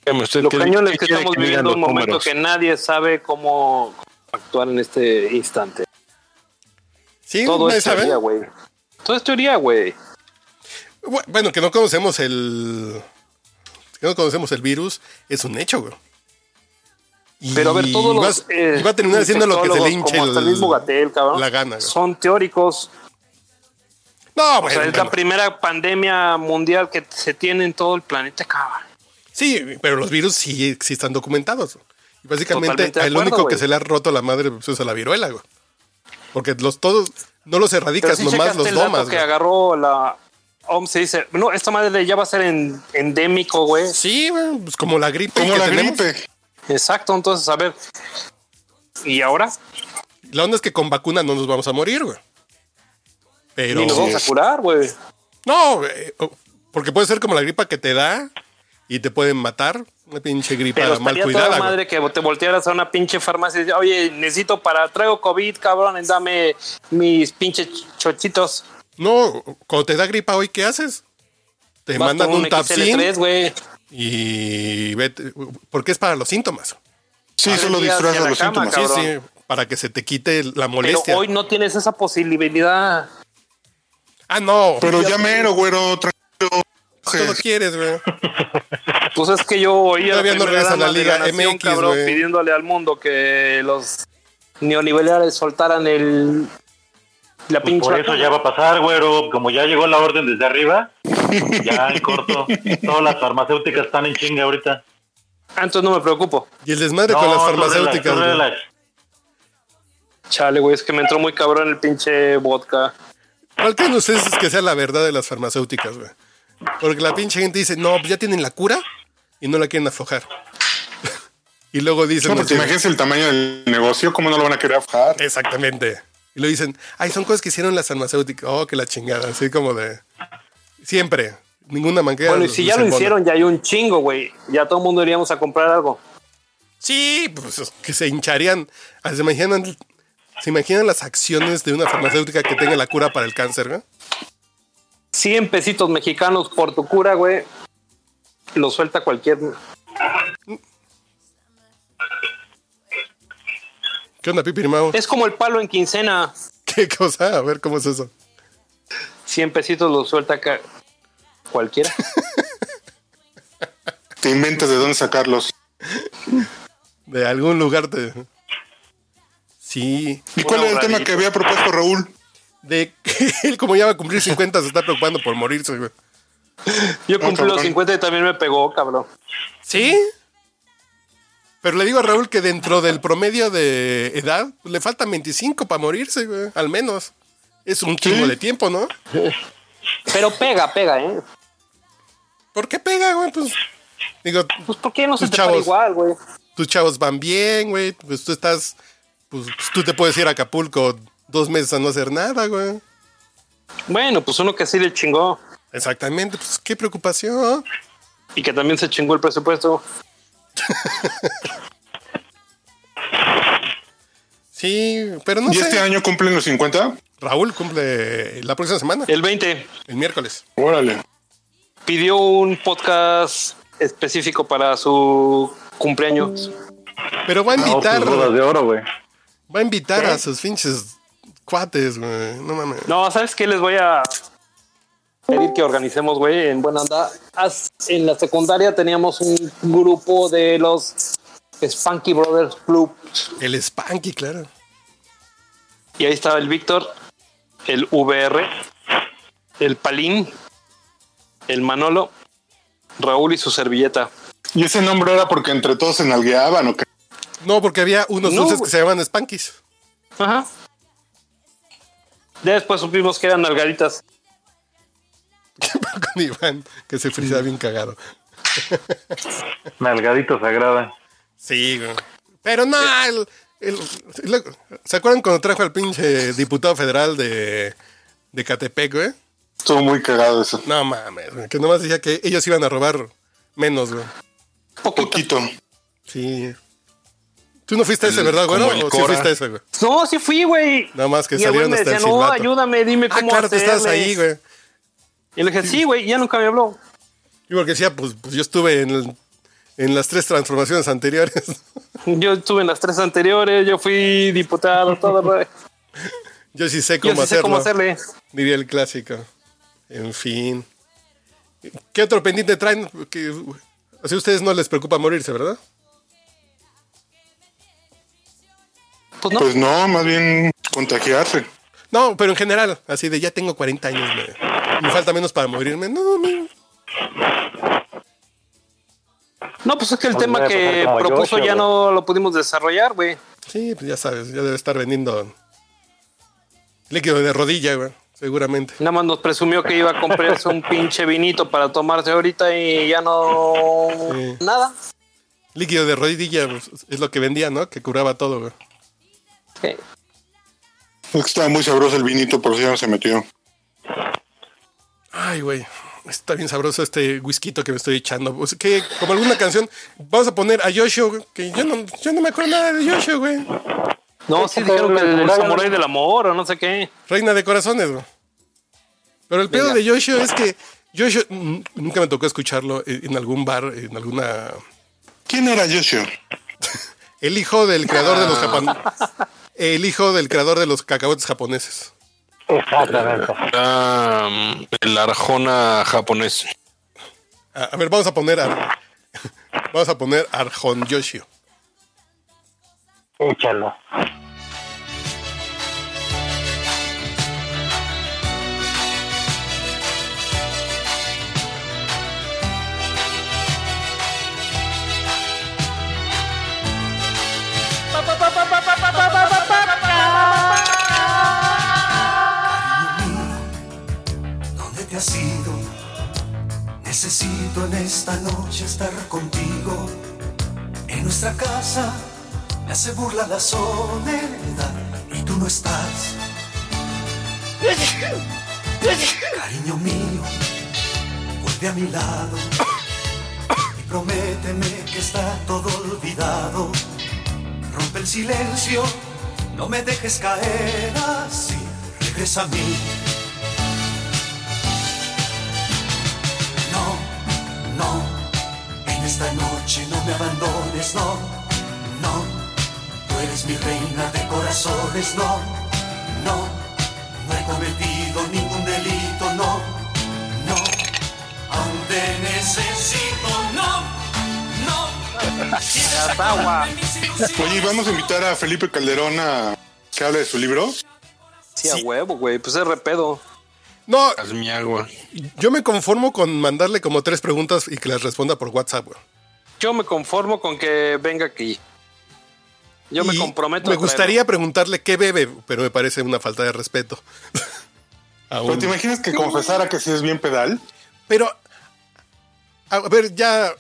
[SPEAKER 3] Dígame usted
[SPEAKER 4] Lo
[SPEAKER 3] qué-
[SPEAKER 4] cañón
[SPEAKER 3] qué
[SPEAKER 4] es que
[SPEAKER 3] quiere
[SPEAKER 4] estamos
[SPEAKER 3] digan
[SPEAKER 4] viviendo
[SPEAKER 3] los
[SPEAKER 4] un momento
[SPEAKER 3] números.
[SPEAKER 4] que nadie sabe cómo actuar en este instante.
[SPEAKER 1] Sí,
[SPEAKER 4] Todo
[SPEAKER 1] nadie
[SPEAKER 4] es
[SPEAKER 1] sabe.
[SPEAKER 4] teoría, güey. Todo es teoría, güey.
[SPEAKER 1] Bu- Bueno, que no conocemos el. Que no conocemos el virus, es un hecho, güey. Y
[SPEAKER 4] Pero a ver, todos los.
[SPEAKER 1] vas-
[SPEAKER 4] eh,
[SPEAKER 1] y va a terminar haciendo lo que se le
[SPEAKER 4] infectólogos,
[SPEAKER 1] hinche
[SPEAKER 4] como hasta el mismo Gatell, cabrón,
[SPEAKER 1] la gana, güey.
[SPEAKER 4] Son teóricos.
[SPEAKER 1] No,
[SPEAKER 4] O
[SPEAKER 1] bueno,
[SPEAKER 4] sea, es la
[SPEAKER 1] bueno.
[SPEAKER 4] primera pandemia mundial que se tiene en todo el planeta, cabrón.
[SPEAKER 1] Sí, pero los virus sí, sí están documentados. Y básicamente,
[SPEAKER 4] Totalmente de
[SPEAKER 1] el
[SPEAKER 4] acuerdo,
[SPEAKER 1] único que
[SPEAKER 4] güey.
[SPEAKER 1] se le ha roto la madre pues, es a la viruela, güey. Porque los todos no los
[SPEAKER 4] Pero
[SPEAKER 1] erradicas,
[SPEAKER 4] sí
[SPEAKER 1] nomás
[SPEAKER 4] checaste
[SPEAKER 1] los
[SPEAKER 4] el dato
[SPEAKER 1] domas.
[SPEAKER 4] que
[SPEAKER 1] güey.
[SPEAKER 4] agarró la OMS y dice, no, esta madre ya va a ser en- endémico, güey.
[SPEAKER 1] Sí, güey, pues como la gripe.
[SPEAKER 5] Como
[SPEAKER 1] que
[SPEAKER 5] la
[SPEAKER 1] tenemos.
[SPEAKER 5] gripe.
[SPEAKER 4] Exacto, entonces, a ver. ¿Y ahora?
[SPEAKER 1] La onda es que con vacuna no nos vamos a morir, güey. Pero.
[SPEAKER 4] Ni nos vamos a curar, güey.
[SPEAKER 1] No, eh, oh, porque puede ser como la gripa que te da y te pueden matar. Una pinche gripa
[SPEAKER 4] Pero
[SPEAKER 1] mal
[SPEAKER 4] estaría toda
[SPEAKER 1] cuidada. güey.
[SPEAKER 4] madre que te voltearas a una pinche farmacia y dices, oye, necesito para, traigo COVID, cabrón, dame mis pinches chochitos.
[SPEAKER 1] No, cuando te da gripa hoy, ¿qué haces? Te
[SPEAKER 4] Vas
[SPEAKER 1] mandan
[SPEAKER 4] por
[SPEAKER 1] un, tapsin
[SPEAKER 4] XL3, güey.
[SPEAKER 1] y vete. Porque es para los síntomas.
[SPEAKER 5] Sí,
[SPEAKER 4] Ahora
[SPEAKER 5] solo
[SPEAKER 4] sí, hacia
[SPEAKER 5] disfraza
[SPEAKER 4] la
[SPEAKER 5] los
[SPEAKER 4] cama,
[SPEAKER 5] síntomas.
[SPEAKER 4] cabrón.
[SPEAKER 1] Sí, sí, para que se te quite la
[SPEAKER 4] Pero
[SPEAKER 1] molestia.
[SPEAKER 4] hoy no tienes esa posibilidad. <laughs>
[SPEAKER 1] Ah, no.
[SPEAKER 5] Pero ya mero, güero, tranquilo.
[SPEAKER 1] tú lo quieres, güey.
[SPEAKER 4] Pues es que yo oí a
[SPEAKER 1] Todavía no
[SPEAKER 4] primera
[SPEAKER 1] regresa
[SPEAKER 4] dama
[SPEAKER 1] la
[SPEAKER 4] de
[SPEAKER 1] Liga
[SPEAKER 4] nación,
[SPEAKER 1] MX,
[SPEAKER 4] cabrón,
[SPEAKER 1] güey.
[SPEAKER 4] pidiéndole al mundo que los neoliberales soltaran el la pinche
[SPEAKER 6] Pues Por eso
[SPEAKER 4] vacuna.
[SPEAKER 6] ya va a pasar, güero. Como ya llegó la orden desde arriba, ya en corto. Todas las farmacéuticas están en chinga ahorita.
[SPEAKER 4] Ah, entonces no me preocupo.
[SPEAKER 1] Y el desmadre con
[SPEAKER 6] No,
[SPEAKER 1] las
[SPEAKER 6] tú relax,
[SPEAKER 1] farmacéuticas.
[SPEAKER 6] tú
[SPEAKER 1] güey.
[SPEAKER 6] relax.
[SPEAKER 4] Chale, güey, es que me entró muy cabrón el pinche vodka.
[SPEAKER 1] ¿Cuál creen ustedes es que sea la verdad de las farmacéuticas, güey? Porque la pinche gente dice, no, pues ya tienen la cura y no la quieren aflojar. <laughs> y luego dicen,
[SPEAKER 5] No, pues, porque
[SPEAKER 1] así,
[SPEAKER 5] imagínense el tamaño del negocio, cómo no lo van a querer aflojar.
[SPEAKER 1] exactamente. Y lo dicen, ay, son cosas que hicieron las farmacéuticas. Oh, que la chingada, así como de... Siempre, ninguna manguera.
[SPEAKER 4] Bueno, y
[SPEAKER 1] los-
[SPEAKER 4] si
[SPEAKER 1] los
[SPEAKER 4] ya lo
[SPEAKER 1] embona.
[SPEAKER 4] hicieron, ya hay un chingo, güey. Ya todo el mundo iríamos a comprar algo.
[SPEAKER 1] Sí, pues es que se hincharían. Ah, ¿Se imaginan, ¿Se imaginan las acciones de una farmacéutica que tenga la cura para el cáncer, güey?
[SPEAKER 4] 100 pesitos mexicanos por tu cura, güey. Lo suelta cualquier.
[SPEAKER 1] ¿Qué onda, Pipirimao?
[SPEAKER 4] Es como el palo en quincena.
[SPEAKER 1] <laughs> ¿Qué cosa? A ver, ¿cómo es eso?
[SPEAKER 4] 100 pesitos lo suelta ca-
[SPEAKER 1] <laughs>
[SPEAKER 4] cualquiera.
[SPEAKER 5] Te inventas de dónde sacarlos.
[SPEAKER 1] De algún lugar te... Sí.
[SPEAKER 5] ¿Y cuál era el tema que había propuesto Raúl?
[SPEAKER 1] De que <laughs> él, como ya va a cumplir 50, se está preocupando por morirse, güey.
[SPEAKER 4] Yo
[SPEAKER 1] Ah,
[SPEAKER 4] cumplí los
[SPEAKER 5] cabrón.
[SPEAKER 4] 50 y también me pegó, cabrón.
[SPEAKER 1] ¿Sí? Pero le digo a Raúl que dentro del promedio de edad, pues, le faltan 25 para morirse, güey. Al menos. Es un chingo de tiempo, ¿no?
[SPEAKER 4] Pero pega, pega, ¿eh?
[SPEAKER 1] ¿Por qué pega, güey? Pues, digo,
[SPEAKER 4] Pues, ¿por qué no se
[SPEAKER 1] Tus
[SPEAKER 4] te para
[SPEAKER 1] chavos.
[SPEAKER 4] igual, güey?
[SPEAKER 1] tus chavos van bien, güey. Pues tú estás. Pues tú te puedes ir a Acapulco dos meses a no hacer nada, güey.
[SPEAKER 4] Bueno, pues uno que sí le chingó
[SPEAKER 1] Exactamente, pues qué preocupación.
[SPEAKER 4] y que también se chingó el presupuesto.
[SPEAKER 1] Sí, pero no
[SPEAKER 5] ¿Y
[SPEAKER 1] sé.
[SPEAKER 5] este año cumplen los 50?
[SPEAKER 1] Raúl cumple la próxima semana,
[SPEAKER 4] El 20
[SPEAKER 1] el miércoles.
[SPEAKER 5] Órale.
[SPEAKER 4] pidió un podcast específico para su cumpleaños.
[SPEAKER 1] Pero va a
[SPEAKER 6] No,
[SPEAKER 1] invitar,
[SPEAKER 6] sus bodas de oro, güey.
[SPEAKER 1] va a invitar a sus pinches cuates, güey. No mames.
[SPEAKER 4] No, ¿sabes qué? Les voy a pedir que organicemos, güey, en buena onda. Haz- En la secundaria teníamos un grupo de los Spanky Brothers Club
[SPEAKER 1] El Spanky, claro.
[SPEAKER 4] y ahí estaba el Víctor, el VR, el Palín, el Manolo, Raúl y su servilleta.
[SPEAKER 5] ¿Y ese nombre era porque entre todos se nalgueaban o qué?
[SPEAKER 1] No, porque había unos
[SPEAKER 4] No,
[SPEAKER 1] dulces que
[SPEAKER 4] güey.
[SPEAKER 1] se llaman Spankies. <laughs>
[SPEAKER 4] Ajá. Ya después supimos que eran nalgaditas.
[SPEAKER 1] Con Iván, que se frisa bien cagado.
[SPEAKER 6] Nalgadito sagrada.
[SPEAKER 1] Sí, güey. Pero no, el, el- el- ¿se acuerdan cuando trajo al pinche diputado federal de, de Catepec, güey?
[SPEAKER 5] Estuvo muy cagado eso.
[SPEAKER 1] No mames, güey, que nomás decía que ellos iban a robar menos, güey.
[SPEAKER 5] Poquito.
[SPEAKER 1] Sí. ¿Tú no fuiste ese, verdad, güey?
[SPEAKER 3] como el
[SPEAKER 1] ¿O sí
[SPEAKER 3] Cora.
[SPEAKER 1] fuiste ese, güey?
[SPEAKER 4] No, sí fui, güey.
[SPEAKER 1] Nada más que
[SPEAKER 4] Y el güey
[SPEAKER 1] salieron
[SPEAKER 4] me
[SPEAKER 1] hasta
[SPEAKER 4] decía,
[SPEAKER 1] el
[SPEAKER 4] no,
[SPEAKER 1] silbato.
[SPEAKER 4] ayúdame, dime
[SPEAKER 1] ah,
[SPEAKER 4] cómo
[SPEAKER 1] claro, tú estabas
[SPEAKER 4] hacerle".
[SPEAKER 1] ahí, güey.
[SPEAKER 4] Y le dije, sí, güey, y ya nunca me habló.
[SPEAKER 1] Y porque decía, pues, pues yo estuve en, el- en las tres transformaciones anteriores. <laughs>
[SPEAKER 4] Yo estuve en las tres anteriores, yo fui diputado, todo.
[SPEAKER 1] <laughs>
[SPEAKER 4] güey.
[SPEAKER 1] yo sí sé
[SPEAKER 4] Yo
[SPEAKER 1] cómo
[SPEAKER 4] sí sé
[SPEAKER 1] hacerlo.
[SPEAKER 4] cómo hacerle.
[SPEAKER 1] Diría el clásico. En fin. ¿Qué otro pendiente traen? Que, así a ustedes no les preocupa morirse, ¿verdad?
[SPEAKER 4] Pues no,
[SPEAKER 5] Pues no, más bien contagiarse.
[SPEAKER 1] No, pero en general, así de ya tengo 40 años, me, me falta menos para morirme. No, no.
[SPEAKER 4] no, pues es que el
[SPEAKER 6] Pues voy
[SPEAKER 4] tema
[SPEAKER 6] a pasar
[SPEAKER 4] que
[SPEAKER 6] como
[SPEAKER 4] propuso
[SPEAKER 6] Yoshi,
[SPEAKER 4] ya
[SPEAKER 6] güey.
[SPEAKER 4] no lo pudimos desarrollar, güey.
[SPEAKER 1] Sí, pues ya sabes, ya debe estar vendiendo líquido de rodilla, güey, seguramente.
[SPEAKER 4] Nada más nos presumió que iba a comprarse un pinche vinito para tomarse ahorita y ya no.
[SPEAKER 1] Sí.
[SPEAKER 4] Nada.
[SPEAKER 1] Líquido de rodilla pues, es lo que vendía, ¿no? Que curaba todo, güey.
[SPEAKER 4] Sí.
[SPEAKER 5] Es que estaba muy sabroso el vinito, por si ya no se metió.
[SPEAKER 1] Ay, güey. Está bien sabroso este whisky que me estoy echando. Pues, que como alguna canción, vamos a poner a Yoshio, güey, que yo no, yo no me acuerdo nada de Yoshio, güey.
[SPEAKER 4] No, sí dijeron que el samurái del amor o no sé qué.
[SPEAKER 1] Reina de corazones, güey. Pero el pedo
[SPEAKER 4] Venga.
[SPEAKER 1] de Yoshio es que Yoshio mm, nunca me tocó escucharlo en en algún bar, en alguna.
[SPEAKER 5] ¿Quién era Yoshio?
[SPEAKER 1] El hijo del creador de los japoneses. El hijo del creador de los cacahuetes japoneses.
[SPEAKER 6] Exactamente.
[SPEAKER 3] Era mm, el Arjona japonés.
[SPEAKER 1] A, a ver, vamos a poner a. Vamos a poner Arjon Yoshio.
[SPEAKER 6] Échalo.
[SPEAKER 7] ¿Dónde te has ido? Necesito en esta noche estar contigo. En nuestra casa me hace burla la soledad y tú no estás. Cariño mío, vuelve a mi lado y prométeme que está todo olvidado. Rompe el silencio, no me dejes caer así. Regresa a mí. No, no, en esta noche no me abandones, no, no. Tú eres mi reina de corazones, no, no. No he cometido ningún delito, no, no. Aún te necesito, no,
[SPEAKER 5] <laughs>
[SPEAKER 7] no.
[SPEAKER 5] Oye, ¿y vamos a invitar a Felipe Calderón a que hable de su libro.
[SPEAKER 4] Sí, a huevo, güey. Pues es repedo.
[SPEAKER 1] No,
[SPEAKER 3] Hazme agua.
[SPEAKER 1] yo me conformo con mandarle como tres preguntas y que las responda por WhatsApp, güey.
[SPEAKER 4] Yo me conformo con que venga aquí. Yo me
[SPEAKER 1] Y
[SPEAKER 4] comprometo.
[SPEAKER 1] Me
[SPEAKER 4] a traerlo.
[SPEAKER 1] gustaría preguntarle qué bebe, pero me parece una falta de respeto. <laughs> Aún.
[SPEAKER 5] Pero te imaginas que confesara que sí es bien pedal.
[SPEAKER 1] Pero A ver, ya.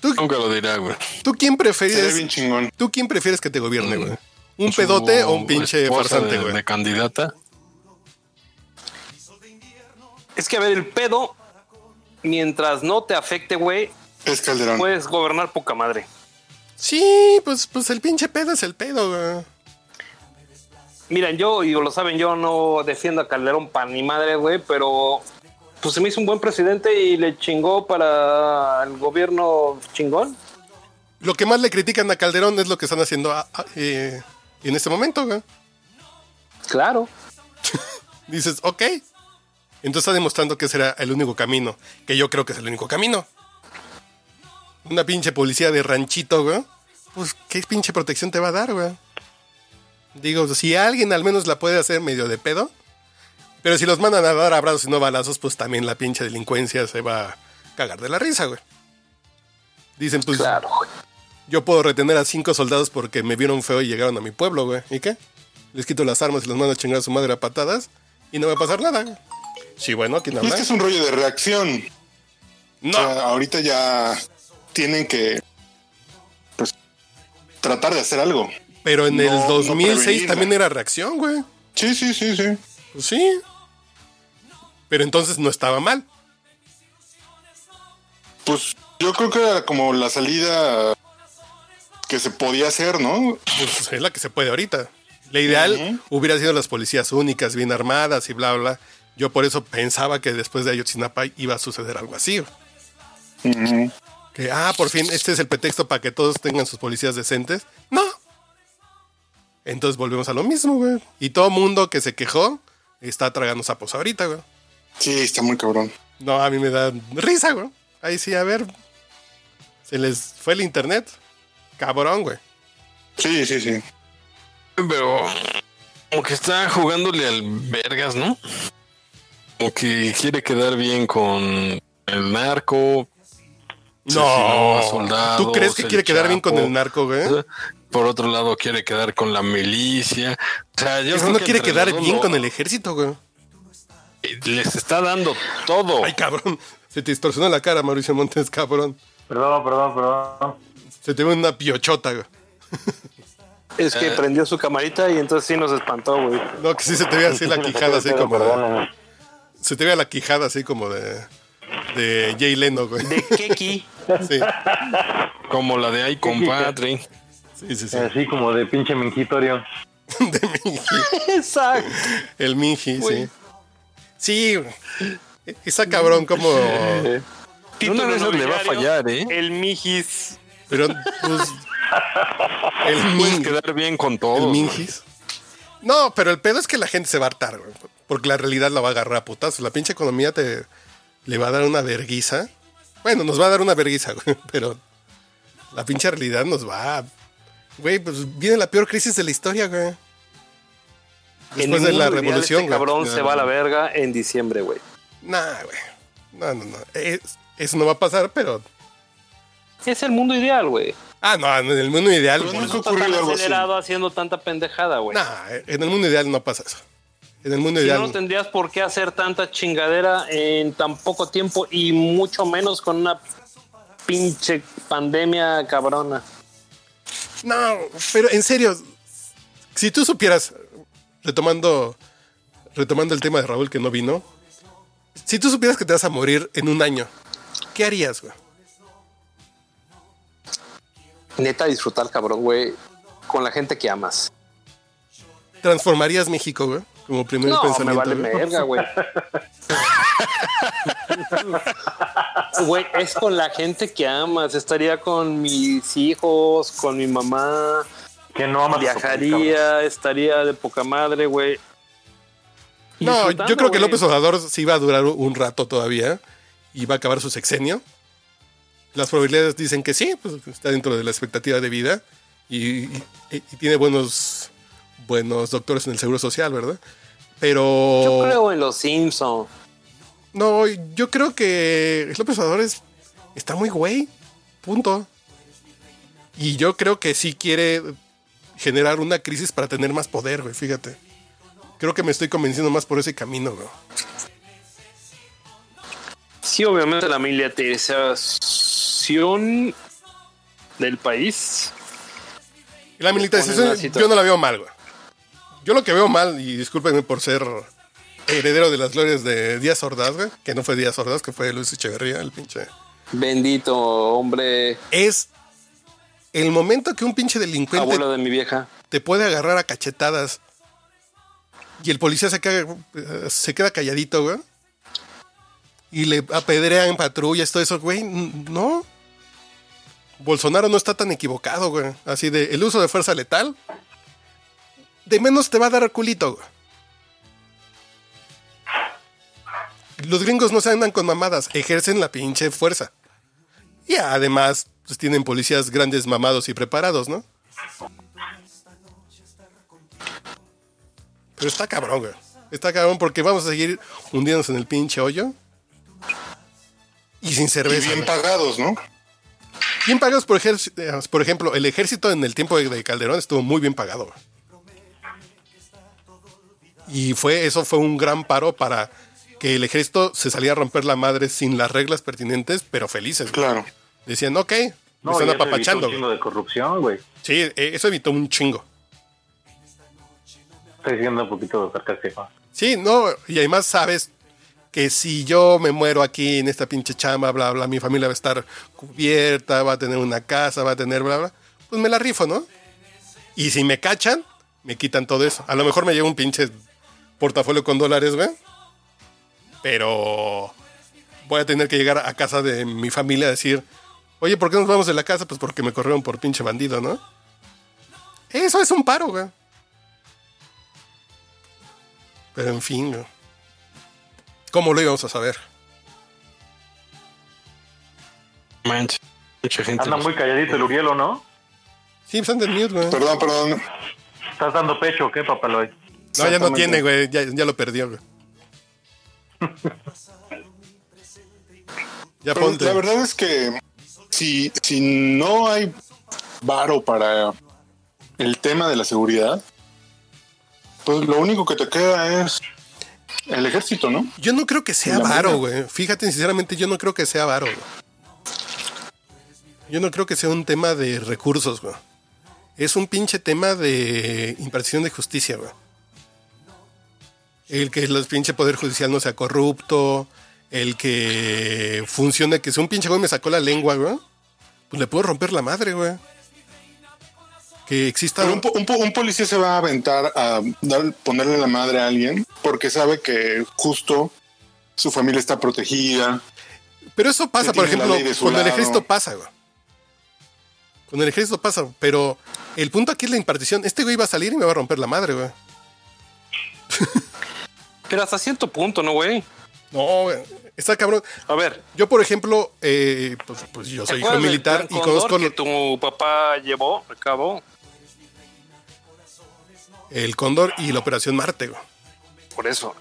[SPEAKER 1] ¿Tú,
[SPEAKER 3] Nunca lo dirá, güey.
[SPEAKER 1] tú quién
[SPEAKER 5] Sería
[SPEAKER 1] prefieres?
[SPEAKER 5] bien chingón.
[SPEAKER 1] ¿Tú quién prefieres que te gobierne, güey? ¿Un pedote o un pinche
[SPEAKER 3] Esposa
[SPEAKER 1] farsante,
[SPEAKER 3] de-
[SPEAKER 1] güey?
[SPEAKER 3] De candidata.
[SPEAKER 4] Es que, a ver, el pedo, mientras no te afecte, güey,
[SPEAKER 5] Es Calderón.
[SPEAKER 4] puedes gobernar poca madre.
[SPEAKER 1] Sí, pues, pues el pinche pedo es el pedo, güey.
[SPEAKER 4] Miren, yo, y lo saben, yo no defiendo a Calderón para ni madre, güey, pero pues se me hizo un buen presidente y le chingó para el gobierno chingón.
[SPEAKER 1] Lo que más le critican a Calderón es lo que están haciendo a- a- eh, en este momento, güey.
[SPEAKER 4] Claro.
[SPEAKER 1] Dices, ok. Entonces está demostrando que será el único camino, que yo creo que es el único camino. Una pinche policía de ranchito, güey. Pues, ¿qué pinche protección te va a dar, güey? Digo, si alguien al menos la puede hacer medio de pedo. Pero si los mandan a dar abrazos y no balazos, pues también la pinche delincuencia se va a cagar de la risa, güey. Dicen, pues,
[SPEAKER 4] Claro, güey.
[SPEAKER 1] yo puedo retener a cinco soldados porque me vieron feo y llegaron a mi pueblo, güey. ¿Y qué? Les quito las armas y los mando a chingar a su madre a patadas y no va a pasar nada. güey. Sí, bueno, ¿quién
[SPEAKER 5] Es
[SPEAKER 1] habla?
[SPEAKER 5] que es un rollo de reacción.
[SPEAKER 1] No.
[SPEAKER 5] O sea, ahorita ya tienen que pues tratar de hacer algo.
[SPEAKER 1] Pero en
[SPEAKER 5] No,
[SPEAKER 1] el
[SPEAKER 5] no
[SPEAKER 1] 2006
[SPEAKER 5] prevenir,
[SPEAKER 1] también
[SPEAKER 5] güey.
[SPEAKER 1] era reacción, güey.
[SPEAKER 5] Sí, sí, sí, sí.
[SPEAKER 1] Pues sí. Pero entonces no estaba mal.
[SPEAKER 5] Pues yo creo que era como la salida que se podía hacer, ¿no?
[SPEAKER 1] Pues es la que se puede ahorita. La ideal hubiera sido las policías únicas, bien armadas y bla, bla. Yo por eso pensaba que después de Ayotzinapa iba a suceder algo así. güey.
[SPEAKER 5] Ujú.
[SPEAKER 1] Que, ah, por fin, este es el pretexto para que todos tengan sus policías decentes. No. Entonces volvemos a lo mismo, güey. Y todo mundo que se quejó está tragando sapos ahorita, güey.
[SPEAKER 5] Sí, está muy cabrón.
[SPEAKER 1] No, a mí me da risa, güey. Ahí sí, a ver. Se les fue el internet. Cabrón, güey.
[SPEAKER 5] Sí, sí, sí.
[SPEAKER 3] Pero como que está jugándole al vergas, ¿no? Como que quiere quedar bien con el narco. asesinó a soldados,
[SPEAKER 1] ¿Tú crees que
[SPEAKER 3] el
[SPEAKER 1] quiere quedar bien con
[SPEAKER 3] Chapo.
[SPEAKER 1] el narco, güey?
[SPEAKER 3] Por otro lado, quiere quedar con la milicia. O sea, yo
[SPEAKER 1] Eso
[SPEAKER 3] creo
[SPEAKER 1] no
[SPEAKER 3] que
[SPEAKER 1] quiere
[SPEAKER 3] entre
[SPEAKER 1] quedar
[SPEAKER 3] los dos
[SPEAKER 1] bien
[SPEAKER 3] no-
[SPEAKER 1] con el ejército, güey.
[SPEAKER 3] Les está dando todo.
[SPEAKER 1] Ay, cabrón. Se te distorsionó la cara, Mauricio Montes, cabrón.
[SPEAKER 6] Perdón, perdón, perdón.
[SPEAKER 1] Se te ve una piochota, güey.
[SPEAKER 4] Es que prendió su camarita y entonces sí nos espantó, güey.
[SPEAKER 1] No, que sí se te ve así la quijada, así
[SPEAKER 6] Pero
[SPEAKER 1] como... de-
[SPEAKER 6] perdónenme.
[SPEAKER 1] se te ve la quijada así como de... De Jay Leno, güey.
[SPEAKER 4] De Keki.
[SPEAKER 1] <laughs> Sí,
[SPEAKER 3] Como la de ay, compadre.
[SPEAKER 1] sí, sí. sí.
[SPEAKER 6] Así Eh, como de pinche menquitorio.
[SPEAKER 1] De Minji.
[SPEAKER 4] <laughs> Exacto.
[SPEAKER 1] El Minji, sí.
[SPEAKER 4] Güey.
[SPEAKER 1] Sí, güey. Está cabrón como...
[SPEAKER 3] Una de esas le va a fallar, ¿eh?
[SPEAKER 4] El Mijis.
[SPEAKER 1] Pero, pues. El,
[SPEAKER 3] Puedes
[SPEAKER 1] min,
[SPEAKER 3] quedar bien con
[SPEAKER 1] el
[SPEAKER 3] todo.
[SPEAKER 1] Mingis. No, pero el pedo es que la gente se va a hartar, güey. Porque la realidad la va a agarrar a putazos. La pinche economía te le va a dar una verguiza. Bueno, nos va a dar una verguiza, <laughs> güey. Pero la pinche realidad nos va. a- Güey, pues viene la peor crisis de la historia, güey. Después de la revolución,
[SPEAKER 4] Este
[SPEAKER 1] güey.
[SPEAKER 4] cabrón
[SPEAKER 1] Ya,
[SPEAKER 4] se va a la verga en diciembre, güey.
[SPEAKER 1] Nah, güey. No, no, no. Es- eso no va a pasar, pero.
[SPEAKER 4] Es el mundo ideal, güey.
[SPEAKER 1] Ah, no, en el mundo ideal.
[SPEAKER 5] Pero
[SPEAKER 1] güey.
[SPEAKER 5] nunca
[SPEAKER 4] Pues No está tan
[SPEAKER 5] ocurrió algo así.
[SPEAKER 4] acelerado haciendo tanta pendejada, güey.
[SPEAKER 1] Nah, en el mundo ideal no pasa eso. En el mundo
[SPEAKER 4] Si
[SPEAKER 1] ideal.
[SPEAKER 4] no, no tendrías por qué hacer tanta chingadera en tan poco tiempo y mucho menos con una pinche pandemia cabrona.
[SPEAKER 1] No, pero en serio, si tú supieras, retomando, retomando el tema de Raúl que no vino, si tú supieras que te vas a morir en un año, ¿qué harías, güey?
[SPEAKER 4] Neta, disfrutar, cabrón, güey, con la gente que amas.
[SPEAKER 1] ¿Transformarías México, güey? Como primer
[SPEAKER 4] No, me
[SPEAKER 1] pensamiento.
[SPEAKER 4] vale
[SPEAKER 1] güey.
[SPEAKER 4] verga, <laughs> güey. Güey, es con la gente que amas. Estaría con mis hijos, con mi mamá.
[SPEAKER 6] Que no amas.
[SPEAKER 4] Viajaría, estaría de poca madre, güey.
[SPEAKER 1] No, yo
[SPEAKER 4] Disfrutando,
[SPEAKER 1] creo que
[SPEAKER 4] güey.
[SPEAKER 1] López Obrador sí va a durar un rato todavía y va a acabar su sexenio. Las probabilidades dicen que sí, pues está dentro de la expectativa de vida y, y- y tiene buenos, buenos doctores en el Seguro Social, ¿verdad? Pero...
[SPEAKER 4] Yo creo en los Simpsons.
[SPEAKER 1] No, yo creo que López Obrador es- está muy güey. Punto. Y yo creo que sí quiere generar una crisis para tener más poder, güey. Fíjate. Creo que me estoy convenciendo más por ese camino, güey.
[SPEAKER 4] Sí, obviamente la militarización del país.
[SPEAKER 1] La militarización,
[SPEAKER 4] Ponen
[SPEAKER 1] yo no la veo mal, güey. Yo lo que veo mal, y discúlpenme por ser heredero de las glorias de Díaz Ordaz, güey, que no fue Díaz Ordaz, que fue Luis Echeverría, el pinche.
[SPEAKER 4] Bendito hombre,
[SPEAKER 1] Es el momento que un pinche delincuente
[SPEAKER 4] abuelo de mi vieja.
[SPEAKER 1] te puede agarrar a cachetadas y el policía se, caga- se queda calladito, güey. Y le apedrean patrullas, todo eso, güey. n- No. Bolsonaro no está tan equivocado, güey. Así de el uso de fuerza letal. De menos te va a dar culito, güey. Los gringos no se andan con mamadas, ejercen la pinche fuerza. Y además, pues tienen policías grandes mamados y preparados, ¿no? Pero está cabrón, güey. Está cabrón porque vamos a seguir hundiéndonos en el pinche hoyo. Y sin
[SPEAKER 5] Y
[SPEAKER 1] cerveza.
[SPEAKER 5] bien
[SPEAKER 1] güey.
[SPEAKER 5] pagados, ¿no?
[SPEAKER 1] Bien pagados, por, ejer- eh, por ejemplo, el ejército en el tiempo de, de Calderón estuvo muy bien pagado. güey. Y fue, eso fue un gran paro para que el ejército se salía a romper la madre sin las reglas pertinentes, pero felices. güey.
[SPEAKER 5] Claro.
[SPEAKER 1] Decían, ok, me están
[SPEAKER 6] No, y eso evitó
[SPEAKER 1] apapachando.
[SPEAKER 6] un chingo de corrupción, güey.
[SPEAKER 1] güey". Sí, eh, eso evitó un chingo.
[SPEAKER 6] Estoy diciendo un poquito de sarcasmo.
[SPEAKER 1] Sí, no, y además sabes que si yo me muero aquí en esta pinche chamba, bla, bla, mi familia va a estar cubierta, va a tener una casa, va a tener, bla, bla, pues me la rifo, ¿no? Y si me cachan, me quitan todo eso. A lo mejor me llevo un pinche portafolio con dólares, güey. Pero voy a tener que llegar a casa de mi familia a decir, oye, ¿por qué nos vamos de la casa? Pues porque me corrieron por pinche bandido, ¿no? Eso es un paro, güey. Pero en fin, ¿no? ¿cómo lo íbamos a saber?
[SPEAKER 3] Manches, mucha gente.
[SPEAKER 6] Anda muy calladito el Urielo, ¿no?
[SPEAKER 1] Sí, pues anda en mute, güey.
[SPEAKER 5] Perdón, perdón.
[SPEAKER 6] ¿Estás dando pecho o qué, papaloy?
[SPEAKER 1] No, ya no
[SPEAKER 5] Exactamente.
[SPEAKER 1] tiene, güey. Ya, ya lo perdió,
[SPEAKER 5] <laughs>
[SPEAKER 1] güey. ya
[SPEAKER 5] Pero
[SPEAKER 1] ponte.
[SPEAKER 5] la verdad es que si, si no hay varo para el tema de la seguridad, pues lo único que te queda es el ejército, ¿no?
[SPEAKER 1] Yo no creo que sea
[SPEAKER 5] La
[SPEAKER 1] varo,
[SPEAKER 5] mía.
[SPEAKER 1] güey. Fíjate, sinceramente, yo no creo que sea varo, güey. Yo no creo que sea un tema de recursos, güey. Es un pinche tema de impartición de justicia, güey. El que el pinche poder judicial no sea corrupto, el que funcione, que si un pinche güey me sacó la lengua, güey, pues le puedo romper la madre, güey. Que exista...
[SPEAKER 5] Pero un, po- un po- un policía se va a aventar a dar- ponerle la madre a alguien porque sabe que justo su familia está protegida.
[SPEAKER 1] Pero eso pasa,
[SPEAKER 5] que
[SPEAKER 1] por
[SPEAKER 5] tiene la
[SPEAKER 1] ejemplo,
[SPEAKER 5] ley de su
[SPEAKER 1] con el
[SPEAKER 5] lado.
[SPEAKER 1] ejército pasa, güey. Con el ejército pasa, pero el punto aquí es la impartición. Este güey va a salir y me va a romper la madre, güey.
[SPEAKER 4] Pero hasta cierto punto, ¿no, güey?
[SPEAKER 1] No, güey, está cabrón.
[SPEAKER 4] A ver,
[SPEAKER 1] Yo, por ejemplo, eh, pues, pues yo soy hijo
[SPEAKER 4] ¿Cuál es el plan
[SPEAKER 1] militar y
[SPEAKER 4] Cóndor
[SPEAKER 1] conozco
[SPEAKER 4] que tu papá llevó a cabo
[SPEAKER 1] el Cóndor y la Operación Marte, güey.
[SPEAKER 4] por eso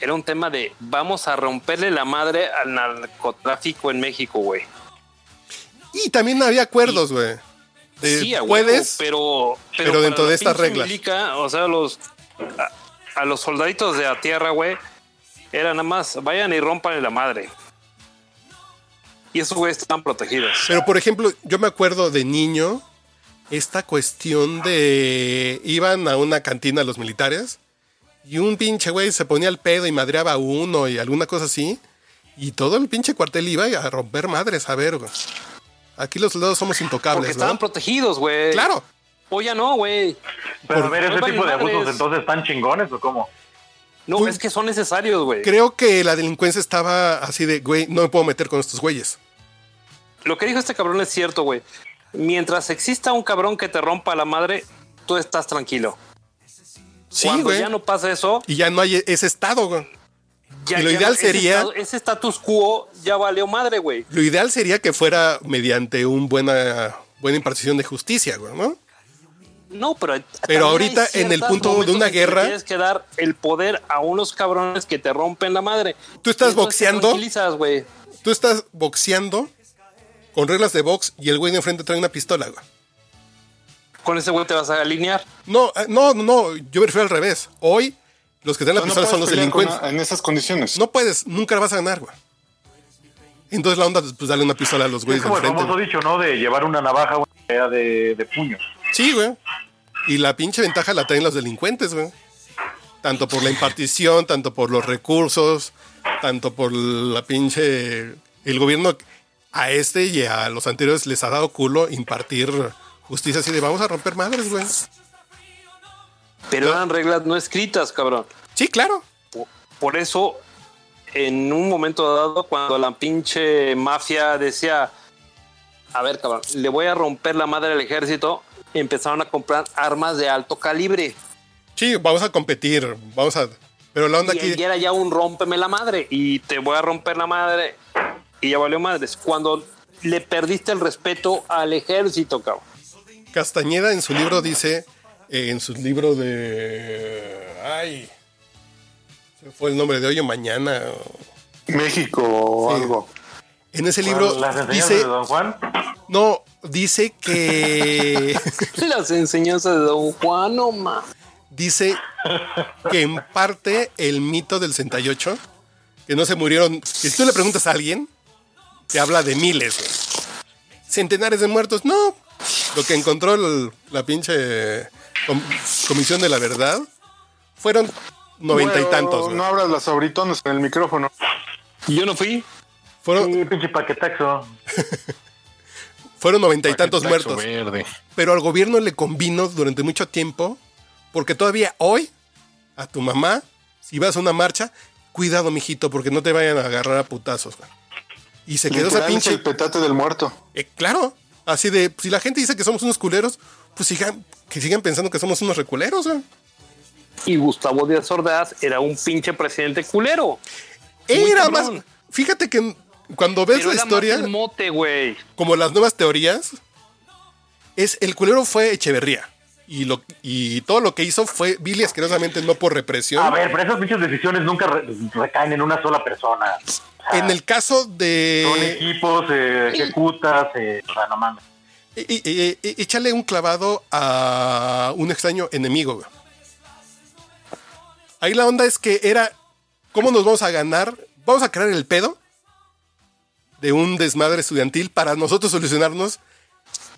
[SPEAKER 4] era un tema de vamos a romperle la madre al narcotráfico en México güey
[SPEAKER 1] Y también había acuerdos, güey. De,
[SPEAKER 4] a huevo,
[SPEAKER 1] Eh, puedes,
[SPEAKER 4] pero
[SPEAKER 1] pero
[SPEAKER 4] para
[SPEAKER 1] dentro
[SPEAKER 4] la
[SPEAKER 1] de estas
[SPEAKER 4] pinche
[SPEAKER 1] reglas.
[SPEAKER 4] milica, o sea los a, a los soldaditos de la tierra güey era nada más vayan y rompanle la madre y esos güeyes están protegidos
[SPEAKER 1] Pero por ejemplo, yo me acuerdo de niño esta cuestión de iban a una cantina los militares y un pinche güey se ponía al pedo y madreaba a uno y alguna cosa así y todo el pinche cuartel iba a romper madres, a ver. güey. Aquí los soldados somos
[SPEAKER 4] porque
[SPEAKER 1] intocables,
[SPEAKER 4] estaban
[SPEAKER 1] ¿no?
[SPEAKER 4] protegidos güey
[SPEAKER 1] Claro.
[SPEAKER 4] o ya no güey
[SPEAKER 6] Pero a
[SPEAKER 1] Por-
[SPEAKER 6] ver, ese
[SPEAKER 4] No
[SPEAKER 6] tipo de
[SPEAKER 4] valen
[SPEAKER 6] abusos
[SPEAKER 4] madres.
[SPEAKER 6] entonces están chingones o cómo?
[SPEAKER 4] no
[SPEAKER 1] Pues-
[SPEAKER 4] es que son necesarios güey
[SPEAKER 1] Creo que la delincuencia estaba así de, güey, no me puedo meter con estos güeyes.
[SPEAKER 4] Lo que dijo este cabrón es cierto, güey. Mientras exista un cabrón que te rompa la madre, tú estás tranquilo.
[SPEAKER 1] Sí,
[SPEAKER 4] Cuando
[SPEAKER 1] güey.
[SPEAKER 4] ya no pasa eso,
[SPEAKER 1] Y ya no hay e-, ese estado, güey.
[SPEAKER 4] ya,
[SPEAKER 1] Y lo
[SPEAKER 4] ya
[SPEAKER 1] ideal
[SPEAKER 4] no- ese
[SPEAKER 1] sería-
[SPEAKER 4] estado- ese status quo ya valió madre, güey.
[SPEAKER 1] Lo ideal sería que fuera mediante un buena buena impartición de justicia, güey, ¿no?
[SPEAKER 4] No, pero
[SPEAKER 1] Pero
[SPEAKER 4] también
[SPEAKER 1] ahorita,
[SPEAKER 4] hay
[SPEAKER 1] en el
[SPEAKER 4] ciertos
[SPEAKER 1] punto de
[SPEAKER 4] momentos
[SPEAKER 1] una
[SPEAKER 4] en que
[SPEAKER 1] guerra-
[SPEAKER 4] le tienes que dar el poder a unos cabrones que te rompen la madre.
[SPEAKER 1] Tú estás
[SPEAKER 4] Y entonces
[SPEAKER 1] boxeando.
[SPEAKER 4] te tranquilizas, güey.
[SPEAKER 1] Tú estás boxeando con reglas de box y el güey de enfrente trae una pistola, güey.
[SPEAKER 4] Con ese güey te vas a alinear.
[SPEAKER 1] No, eh, no, no, no, yo me refiero al revés. Hoy los que traen la
[SPEAKER 5] O sea,
[SPEAKER 1] pistola pues, son
[SPEAKER 5] puedes
[SPEAKER 1] los
[SPEAKER 5] pelear con
[SPEAKER 1] delincuentes.
[SPEAKER 5] una- en esas condiciones.
[SPEAKER 1] No puedes, nunca la vas a ganar, güey. Entonces la onda, pues dale una pistola a los
[SPEAKER 6] Es
[SPEAKER 1] güeyes de
[SPEAKER 6] como el
[SPEAKER 1] enfrente.
[SPEAKER 6] famoso dicho, ¿no? De llevar una navaja una idea de, de puño.
[SPEAKER 1] Sí, güey. Y la pinche ventaja la traen los delincuentes, güey. Tanto por la impartición, tanto por los recursos, tanto por la pinche... El gobierno a este y a los anteriores les ha dado culo impartir justicia así de vamos a romper madres, güey.
[SPEAKER 4] Pero eran reglas no escritas, cabrón.
[SPEAKER 1] Sí, claro.
[SPEAKER 4] Por eso, en un momento dado, cuando la pinche mafia decía, a ver, cabrón, le voy a romper la madre al ejército, empezaron a comprar armas de alto calibre.
[SPEAKER 1] Sí, vamos a competir, vamos a... Pero la onda
[SPEAKER 4] Y
[SPEAKER 1] aquí...
[SPEAKER 4] ahí era ya un rómpeme la madre y te voy a romper la madre y ya valió madres. Cuando le perdiste el respeto al ejército, cabrón. <laughs>
[SPEAKER 1] Castañeda en su libro dice, eh, en su libro de... Ay, se fue el nombre de hoy o mañana.
[SPEAKER 5] México o
[SPEAKER 1] Sí.
[SPEAKER 5] algo.
[SPEAKER 1] En ese libro
[SPEAKER 6] Las enseñanzas
[SPEAKER 1] dice,
[SPEAKER 6] de Don Juan.
[SPEAKER 1] no, dice
[SPEAKER 5] <laughs>
[SPEAKER 1] que,
[SPEAKER 4] Las enseñanzas de Don Juan, no ma.
[SPEAKER 1] dice que en parte el mito del 68, que no se murieron, que si tú le preguntas a alguien, te habla de miles, güey. centenares de muertos, no, lo que encontró el- la pinche com- comisión de la verdad fueron noventa y
[SPEAKER 5] Bueno,
[SPEAKER 1] tantos, güey.
[SPEAKER 5] No abras las sobritonas en el micrófono.
[SPEAKER 4] Yo no fui.
[SPEAKER 1] fueron,
[SPEAKER 6] Sí, pinche paquetaxo.
[SPEAKER 1] fueron noventa y tantos
[SPEAKER 3] Paquetaxo
[SPEAKER 1] muertos.
[SPEAKER 3] Verde.
[SPEAKER 1] pero al gobierno le convino durante mucho tiempo, porque todavía hoy, a tu mamá, si vas a una marcha, cuidado, mijito, porque no te vayan a agarrar a putazos. güey. Y se quedó esa
[SPEAKER 5] Literal, es
[SPEAKER 1] pinche.
[SPEAKER 5] el petate del muerto.
[SPEAKER 1] eh, claro, así de, si la gente dice que somos unos culeros, pues sigan, que sigan pensando que somos unos reculeros. güey.
[SPEAKER 4] Y Gustavo Díaz Ordaz era un pinche presidente culero.
[SPEAKER 1] Era más.
[SPEAKER 4] cabrón.
[SPEAKER 1] Fíjate que cuando ves
[SPEAKER 4] Pero
[SPEAKER 1] la
[SPEAKER 4] era
[SPEAKER 1] historia,
[SPEAKER 4] más el mote, güey.
[SPEAKER 1] como las nuevas teorías, es el culero fue Echeverría. Y, lo, y todo lo que hizo fue vil y asquerosamente no por represión.
[SPEAKER 6] A ver, pero esas pinches decisiones nunca re- recaen en una sola persona. O sea,
[SPEAKER 1] En el caso
[SPEAKER 6] Son
[SPEAKER 1] de.
[SPEAKER 6] equipos, se ejecuta, se. O sea, no mames.
[SPEAKER 1] e- e- e- Échale un clavado a un extraño enemigo. güey. Ahí la onda es que era. ¿Cómo nos vamos a ganar? Vamos a crear el pedo de un desmadre estudiantil para nosotros solucionarnos.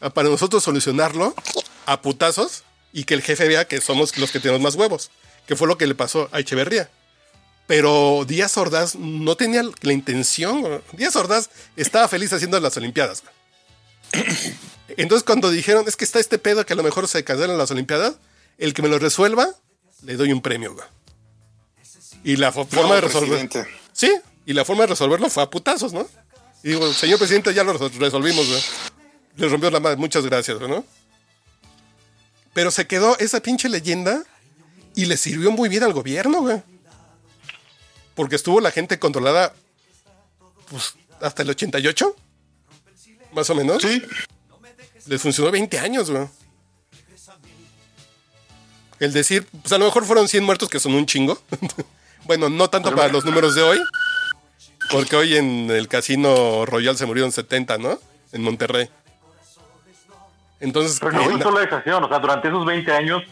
[SPEAKER 1] ah, Para nosotros solucionarlo a putazos y que el jefe vea que somos los que tenemos más huevos. Que fue lo que le pasó a Echeverría. Pero Díaz Ordaz no tenía la intención. güey. Díaz Ordaz estaba feliz haciendo las Olimpiadas. güey. <coughs> Entonces cuando dijeron, es que está este pedo que a lo mejor se cancelan las Olimpiadas, el que me lo resuelva, le doy un premio. güey. Y la fo- forma de
[SPEAKER 5] No,
[SPEAKER 1] resolver...
[SPEAKER 5] presidente.
[SPEAKER 1] Sí, y la forma de resolverlo fue a putazos, ¿no? Y digo, señor presidente, ya lo resol- resolvimos, güey. Les rompió la madre, muchas gracias, güey, ¿no? Pero se quedó esa pinche leyenda y le sirvió muy bien al gobierno, güey. Porque estuvo la gente controlada pues, hasta el 88, más o menos.
[SPEAKER 5] Sí,
[SPEAKER 1] Les funcionó 20 años, güey. El decir, pues a lo mejor fueron 100 muertos, que son un chingo. <laughs> bueno, no tanto para los números de hoy, porque hoy en el casino Royal se murieron 70, ¿no? En Monterrey. Entonces,
[SPEAKER 6] Pero no
[SPEAKER 1] en
[SPEAKER 6] fue
[SPEAKER 1] la-
[SPEAKER 6] solo esa acción. O sea, durante esos 20 años,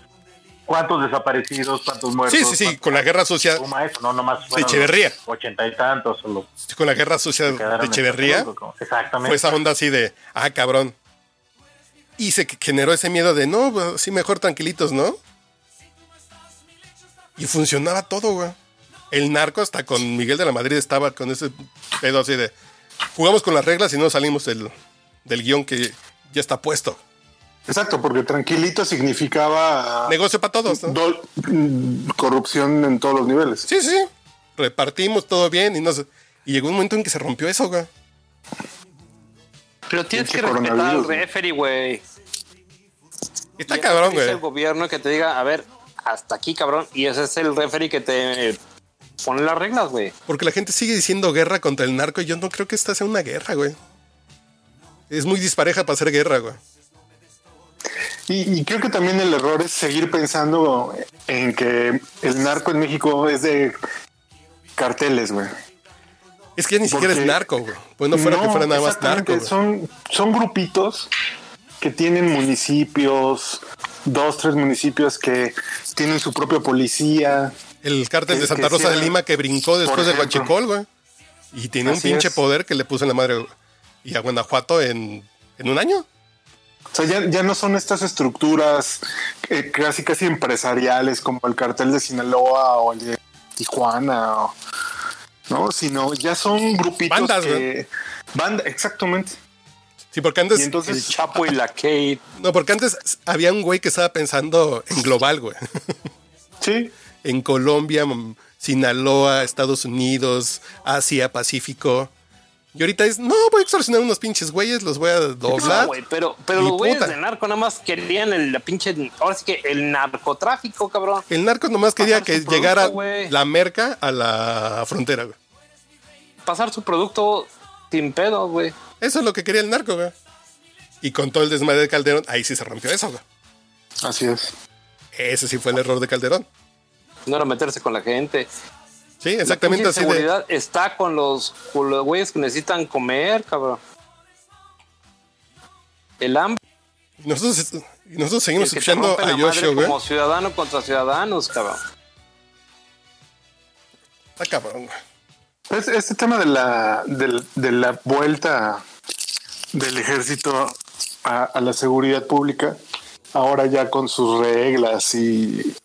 [SPEAKER 6] ¿cuántos desaparecidos, cuántos muertos?
[SPEAKER 1] sí, sí, sí, con la guerra sucia,
[SPEAKER 6] ¿Cuántos suma eso? No, nomás. fueron
[SPEAKER 1] Echeverría.
[SPEAKER 6] los Ochenta y tantos. o los que
[SPEAKER 1] con la guerra sucia
[SPEAKER 6] quedaron
[SPEAKER 1] de
[SPEAKER 6] en
[SPEAKER 1] Echeverría, Pues
[SPEAKER 6] Acapulco, ¿no? Exactamente.
[SPEAKER 1] fue esa onda así de, ah, cabrón. Y se generó ese miedo de, no, pues, sí, mejor tranquilitos, ¿no? Y funcionaba todo, güey. El narco hasta con Miguel de la Madrid estaba con ese pedo así de, jugamos con las reglas y no salimos del, del guión que ya está puesto.
[SPEAKER 5] exacto, porque tranquilito significaba
[SPEAKER 1] Negocio para todos, ¿no?
[SPEAKER 5] dol- mm, corrupción en todos los niveles.
[SPEAKER 1] Sí, sí. Repartimos todo bien y no sé. Y llegó un momento en que se rompió eso, güey.
[SPEAKER 4] Pero tienes que
[SPEAKER 5] Pinche
[SPEAKER 4] respetar al
[SPEAKER 5] coronavirus, güey.
[SPEAKER 4] referee, güey.
[SPEAKER 1] Está
[SPEAKER 4] Y es lo
[SPEAKER 1] cabrón,
[SPEAKER 4] que dice
[SPEAKER 1] güey.
[SPEAKER 4] el gobierno que te diga, a ver, hasta aquí, cabrón. Y ese es el referee que te eh, pone las reglas, güey.
[SPEAKER 1] Porque la gente sigue diciendo guerra contra el narco y yo no creo que esta sea una guerra, güey. Es muy dispareja para hacer guerra, güey.
[SPEAKER 5] Y, y creo que también el error es seguir pensando en que el narco en México es de carteles, güey.
[SPEAKER 1] Es que ya ni siquiera es
[SPEAKER 5] Porque-
[SPEAKER 1] narco, güey. Pues no fuera que fuera nada más narco,
[SPEAKER 5] exactamente,
[SPEAKER 1] güey.
[SPEAKER 5] Son, son grupitos que tienen municipios, dos, tres municipios que tienen su propia policía.
[SPEAKER 1] El cártel de
[SPEAKER 5] que-
[SPEAKER 1] Santa
[SPEAKER 5] que
[SPEAKER 1] Rosa de
[SPEAKER 5] sea-
[SPEAKER 1] Lima que brincó después
[SPEAKER 5] por
[SPEAKER 1] de
[SPEAKER 5] ejemplo.
[SPEAKER 1] Huachicol, güey. Y tiene un
[SPEAKER 5] Así
[SPEAKER 1] pinche
[SPEAKER 5] es.
[SPEAKER 1] poder que le puso en la madre y a Guanajuato en, en un año.
[SPEAKER 5] O sea, ya, ya no son estas estructuras eh, casi casi empresariales como el cartel de Sinaloa o el de Tijuana, o- ¿no? Sino ya son grupitos
[SPEAKER 1] Bandas,
[SPEAKER 5] que... Banda, exactamente.
[SPEAKER 1] Sí, porque
[SPEAKER 5] y
[SPEAKER 1] antes.
[SPEAKER 5] entonces...
[SPEAKER 3] El Chapo y la Kate.
[SPEAKER 1] No, porque antes había un güey que estaba pensando en global, güey.
[SPEAKER 5] Sí,
[SPEAKER 1] En Colombia, mm, Sinaloa, Estados Unidos, Asia, Pacífico. Y ahorita es, no, voy a extorsionar unos pinches güeyes, los voy a doblar.
[SPEAKER 4] No, güey, pero, pero
[SPEAKER 1] Ni
[SPEAKER 4] los güeyes
[SPEAKER 1] puta.
[SPEAKER 4] de narco nada más querían el, la pinche. Ahora sí que el narcotráfico, cabrón.
[SPEAKER 1] El narco nomás quería
[SPEAKER 4] Bajar
[SPEAKER 1] que
[SPEAKER 4] su producto,
[SPEAKER 1] llegara
[SPEAKER 4] güey.
[SPEAKER 1] la merca a la frontera, güey.
[SPEAKER 4] Pasar su producto sin pedo, güey.
[SPEAKER 1] Eso es lo que quería el narco, güey. Y con todo el desmadre de Calderón, ahí sí se rompió eso, güey.
[SPEAKER 5] así es.
[SPEAKER 1] Ese sí fue el error de Calderón.
[SPEAKER 4] No era meterse con la gente.
[SPEAKER 1] Sí, exactamente
[SPEAKER 4] La
[SPEAKER 1] así de.
[SPEAKER 4] seguridad está con los, con los güeyes que necesitan comer, cabrón. El hambre.
[SPEAKER 1] Nosotros, es- y nosotros
[SPEAKER 4] el
[SPEAKER 1] seguimos
[SPEAKER 4] que te
[SPEAKER 1] escuchando
[SPEAKER 4] rompe
[SPEAKER 1] a
[SPEAKER 4] la madre
[SPEAKER 1] Yoshio, güey.
[SPEAKER 4] Como ciudadano contra ciudadanos, cabrón.
[SPEAKER 1] Está cabrón, güey.
[SPEAKER 5] Es- este tema de la, del- de, la vuelta del ejército a, a la seguridad pública, ahora ya con sus reglas y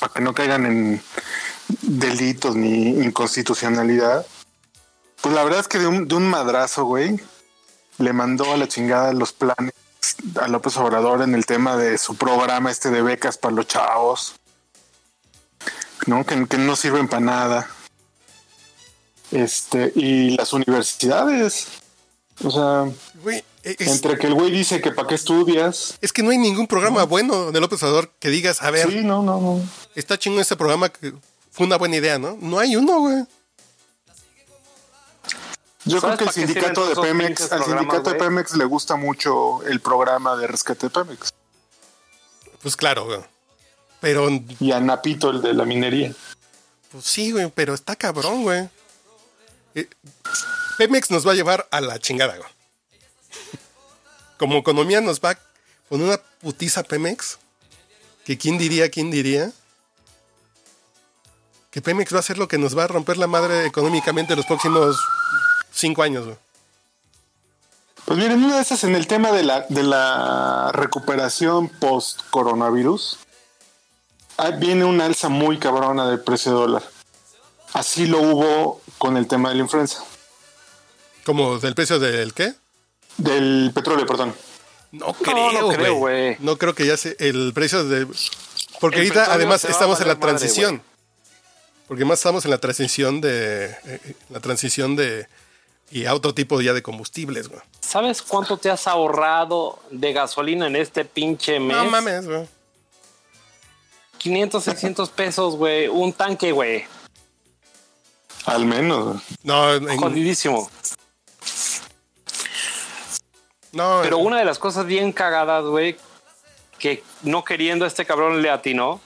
[SPEAKER 5] para que no caigan en delitos ni inconstitucionalidad, pues la verdad es que de un, de un madrazo, güey, le mandó a la chingada los planes a López Obrador en el tema de su programa este de becas para los chavos, ¿no? Que, que no sirven para nada. Este, y las universidades. O sea,
[SPEAKER 1] Güey, es,
[SPEAKER 5] entre que el güey dice que para qué estudias.
[SPEAKER 1] es que no hay ningún programa bueno de López Obrador que digas, a ver,
[SPEAKER 5] Sí, no, no, no.
[SPEAKER 1] está chingón este programa que fue una buena idea, ¿no? No hay uno, güey.
[SPEAKER 5] Yo creo
[SPEAKER 4] ¿Sabes
[SPEAKER 5] que el
[SPEAKER 4] para qué sirven
[SPEAKER 5] sindicato de
[SPEAKER 4] esos
[SPEAKER 5] Pemex,
[SPEAKER 4] pinches
[SPEAKER 5] al
[SPEAKER 4] programas,
[SPEAKER 5] sindicato de
[SPEAKER 4] güey?
[SPEAKER 5] Pemex le gusta mucho el programa de rescate de Pemex.
[SPEAKER 1] Pues claro, güey. Pero,
[SPEAKER 5] Y a Napito, el de la minería.
[SPEAKER 1] pues sí, güey, pero está cabrón, güey. Eh, Pemex nos va a llevar a la chingada, güey. <laughs> Como economía nos va a poner una putiza Pemex. Que quién diría, quién diría. Que Pemex va a ser lo que nos va a romper la madre económicamente los próximos cinco años, güey.
[SPEAKER 5] Pues miren, una de esas en el tema de la, de la recuperación post-coronavirus, ah, viene una alza muy cabrona del precio de dólar. Así lo hubo con el tema de la influenza.
[SPEAKER 1] ¿Como del precio del qué?
[SPEAKER 5] Del petróleo, perdón.
[SPEAKER 1] No
[SPEAKER 4] no
[SPEAKER 1] creo,
[SPEAKER 4] creo,
[SPEAKER 1] güey.
[SPEAKER 4] güey.
[SPEAKER 1] No, creo que ya se. El precio de. Porque
[SPEAKER 4] El
[SPEAKER 1] ahorita,
[SPEAKER 4] petróleo
[SPEAKER 1] además,
[SPEAKER 4] se va a
[SPEAKER 1] estamos en la
[SPEAKER 4] valer madre,
[SPEAKER 1] transición. porque más estamos en la transición de. eh, eh, la transición de. Y a otro tipo ya de combustibles, güey.
[SPEAKER 4] ¿Sabes cuánto te has ahorrado de gasolina en este pinche mes?
[SPEAKER 1] No mames, güey.
[SPEAKER 4] 500, 600 pesos, güey. Un tanque, güey.
[SPEAKER 5] Al menos.
[SPEAKER 1] No, en-
[SPEAKER 4] Jodidísimo.
[SPEAKER 1] no.
[SPEAKER 4] Pero
[SPEAKER 1] en-
[SPEAKER 4] una de las cosas bien cagadas, güey, que no queriendo este cabrón le atinó,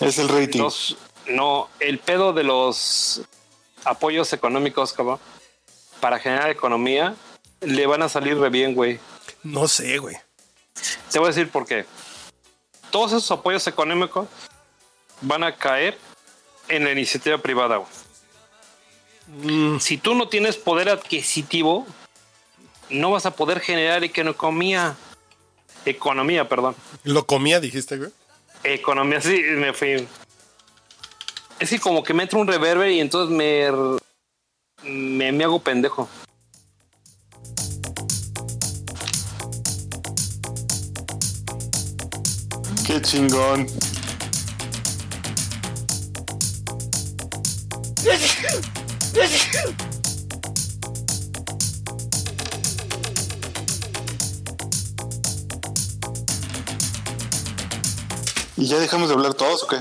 [SPEAKER 5] Es el rating.
[SPEAKER 4] los- no, el pedo de los apoyos económicos, cabrón, para generar economía, le van a salir re bien, güey.
[SPEAKER 1] No sé, güey.
[SPEAKER 4] Te voy a decir por qué. Todos esos apoyos económicos van a caer en la iniciativa privada, güey. Si tú no tienes poder adquisitivo, no vas a poder generar economía. Economía, perdón.
[SPEAKER 1] Lo comía, dijiste, güey.
[SPEAKER 4] Economía, sí, me fui. Es que como que me entra un reverber y entonces me, me, me hago pendejo.
[SPEAKER 5] Qué chingón. ¿Y ya dejamos de hablar todos o qué?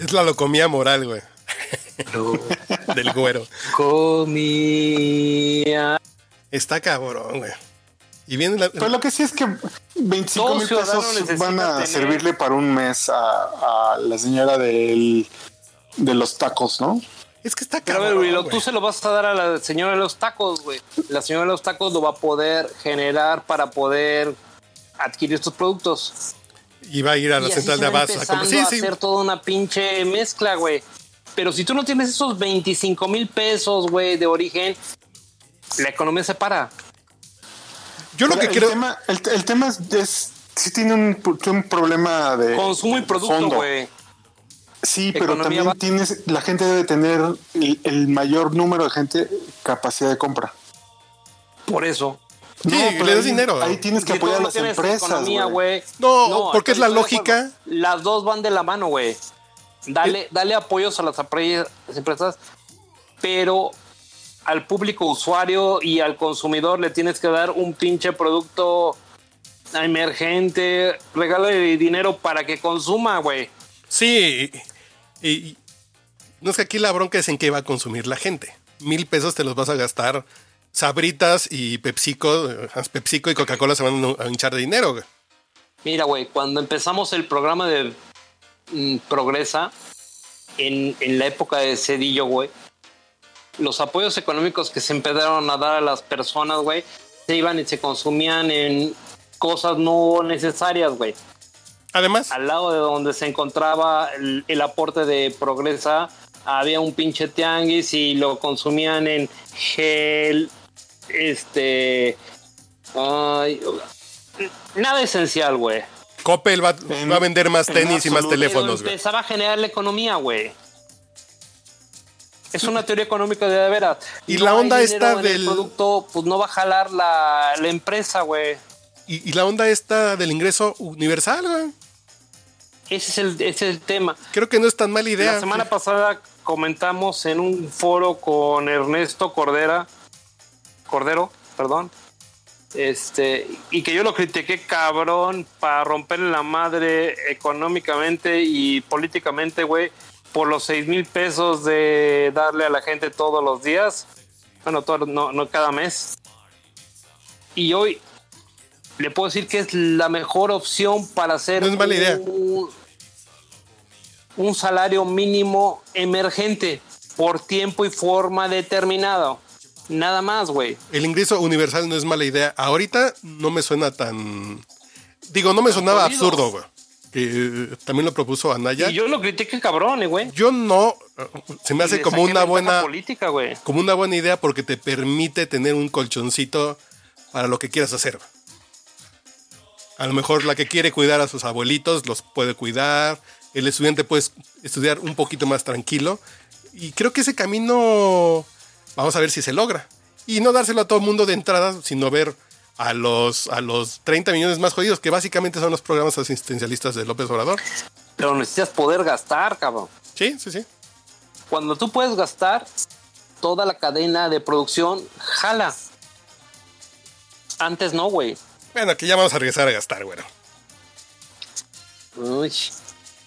[SPEAKER 1] Es la locomía moral, güey. <laughs> del güero.
[SPEAKER 4] Comía.
[SPEAKER 1] Está cabrón, güey. Y viene la.
[SPEAKER 5] Pero Pues lo que sí es que 25
[SPEAKER 4] Todo
[SPEAKER 5] mil
[SPEAKER 4] ciudadano
[SPEAKER 5] pesos
[SPEAKER 4] necesita
[SPEAKER 5] van a
[SPEAKER 4] tener-
[SPEAKER 5] servirle para un mes a, a la señora del, de los tacos, ¿no?
[SPEAKER 1] Es que está
[SPEAKER 4] Pero a
[SPEAKER 1] cabrón.
[SPEAKER 4] ver, Willow,
[SPEAKER 1] güey.
[SPEAKER 4] tú se lo vas a dar a la señora de los tacos, güey. La señora de los tacos lo va a poder generar para poder adquirir estos productos.
[SPEAKER 1] Y va a ir a la
[SPEAKER 4] Y así
[SPEAKER 1] central
[SPEAKER 4] se
[SPEAKER 1] de
[SPEAKER 4] va
[SPEAKER 1] Abastos. a comprar-
[SPEAKER 4] empezando a hacer toda una pinche mezcla, güey. Pero si tú no tienes esos 25 mil pesos, güey, de origen, la economía se para.
[SPEAKER 1] Yo lo
[SPEAKER 5] Ahora,
[SPEAKER 1] que
[SPEAKER 5] el
[SPEAKER 1] creo.
[SPEAKER 5] Tema, el, el tema es, es- sí tiene un, un problema de
[SPEAKER 4] Consumo y
[SPEAKER 5] de
[SPEAKER 4] producto,
[SPEAKER 5] fondo.
[SPEAKER 4] güey.
[SPEAKER 5] Sí, pero
[SPEAKER 4] Economía
[SPEAKER 5] también
[SPEAKER 4] va-
[SPEAKER 5] tienes, la gente debe tener el, el mayor número de gente capacidad de compra.
[SPEAKER 4] Por eso.
[SPEAKER 1] Sí,
[SPEAKER 5] pero
[SPEAKER 1] le das
[SPEAKER 5] ahí-
[SPEAKER 1] dinero.
[SPEAKER 5] Ahí tienes que
[SPEAKER 4] Si tú
[SPEAKER 5] apoyar a
[SPEAKER 4] no
[SPEAKER 5] las
[SPEAKER 4] tienes
[SPEAKER 5] empresas.
[SPEAKER 4] economía,
[SPEAKER 5] güey.
[SPEAKER 4] güey.
[SPEAKER 1] No, porque es la
[SPEAKER 4] estoy de
[SPEAKER 1] lógica. Eh,
[SPEAKER 4] acuerdo. Las dos van de la mano, güey. Dale, dale apoyos a las apre- las empresas, pero al público usuario y al consumidor le tienes que dar un pinche producto emergente. Regálale dinero para que consuma, güey.
[SPEAKER 1] Sí. Y, y- no es que aquí la bronca es en qué va a consumir la gente. Mil pesos te los vas a gastar. Sabritas y PepsiCo, eh, PepsiCo y Coca-Cola se van a hinchar de dinero. güey.
[SPEAKER 4] Mira, güey, cuando empezamos el programa de mm, Progresa, en, en la época de Cedillo, güey, los apoyos económicos que se empezaron a dar a las personas, güey, se iban y se consumían en cosas no necesarias, güey.
[SPEAKER 1] Además,
[SPEAKER 4] Al lado de donde se encontraba el, el aporte de Progresa, había un pinche tianguis y lo consumían en gel, este... ay, nada esencial, güey.
[SPEAKER 1] Coppel va,
[SPEAKER 5] En-
[SPEAKER 1] va a vender más
[SPEAKER 5] en
[SPEAKER 1] tenis y más
[SPEAKER 5] absoluto.
[SPEAKER 4] Pero
[SPEAKER 1] teléfonos. güey.
[SPEAKER 4] empezaba a generar la economía, güey. Es una teoría económica de de veras.
[SPEAKER 1] Y la
[SPEAKER 4] hay
[SPEAKER 1] onda
[SPEAKER 4] dinero
[SPEAKER 1] esta
[SPEAKER 4] en el
[SPEAKER 1] del-
[SPEAKER 4] producto, pues no va a jalar la, la empresa, güey.
[SPEAKER 1] Y, y la onda esta del ingreso universal, güey.
[SPEAKER 4] Ese es el, ese es el tema.
[SPEAKER 1] Creo que no es tan mala idea.
[SPEAKER 4] La semana pasada comentamos en un foro con Ernesto Cordera, Cordero, perdón, este, y que yo lo critiqué cabrón para romperle la madre económicamente y políticamente, güey, por los seis mil pesos de darle a la gente todos los días, bueno, todo- no, no cada mes. Y hoy le puedo decir que es la mejor opción para hacer
[SPEAKER 1] No es mala idea.
[SPEAKER 4] un- un salario mínimo emergente por tiempo y forma determinado. Nada más, güey.
[SPEAKER 1] El ingreso universal no es mala idea. Ahorita no me suena tan. Digo, no me sonaba
[SPEAKER 4] jodido.
[SPEAKER 1] absurdo, güey. Que eh, también lo propuso Anaya.
[SPEAKER 4] Y yo lo critiqué cabrón, eh, güey.
[SPEAKER 1] Yo no. eh, Se me
[SPEAKER 4] Y
[SPEAKER 1] hace
[SPEAKER 4] le
[SPEAKER 1] como
[SPEAKER 4] saqué
[SPEAKER 1] una
[SPEAKER 4] ventaja
[SPEAKER 1] buena.
[SPEAKER 4] política, güey.
[SPEAKER 1] Como una buena idea porque te permite tener un colchoncito para lo que quieras hacer. A lo mejor la que quiere cuidar a sus abuelitos los puede cuidar. El estudiante puede estudiar un poquito más tranquilo. Y creo que ese camino vamos a ver si se logra. Y no dárselo a todo el mundo de entrada, sino ver a los, a los 30 millones más jodidos, que básicamente son los programas asistencialistas de López Obrador.
[SPEAKER 4] Pero necesitas poder gastar, cabrón.
[SPEAKER 1] Sí, sí, sí.
[SPEAKER 4] Cuando tú puedes gastar, toda la cadena de producción jala. Antes no, güey.
[SPEAKER 1] Bueno, que ya vamos a regresar a gastar, bueno.
[SPEAKER 4] Uy.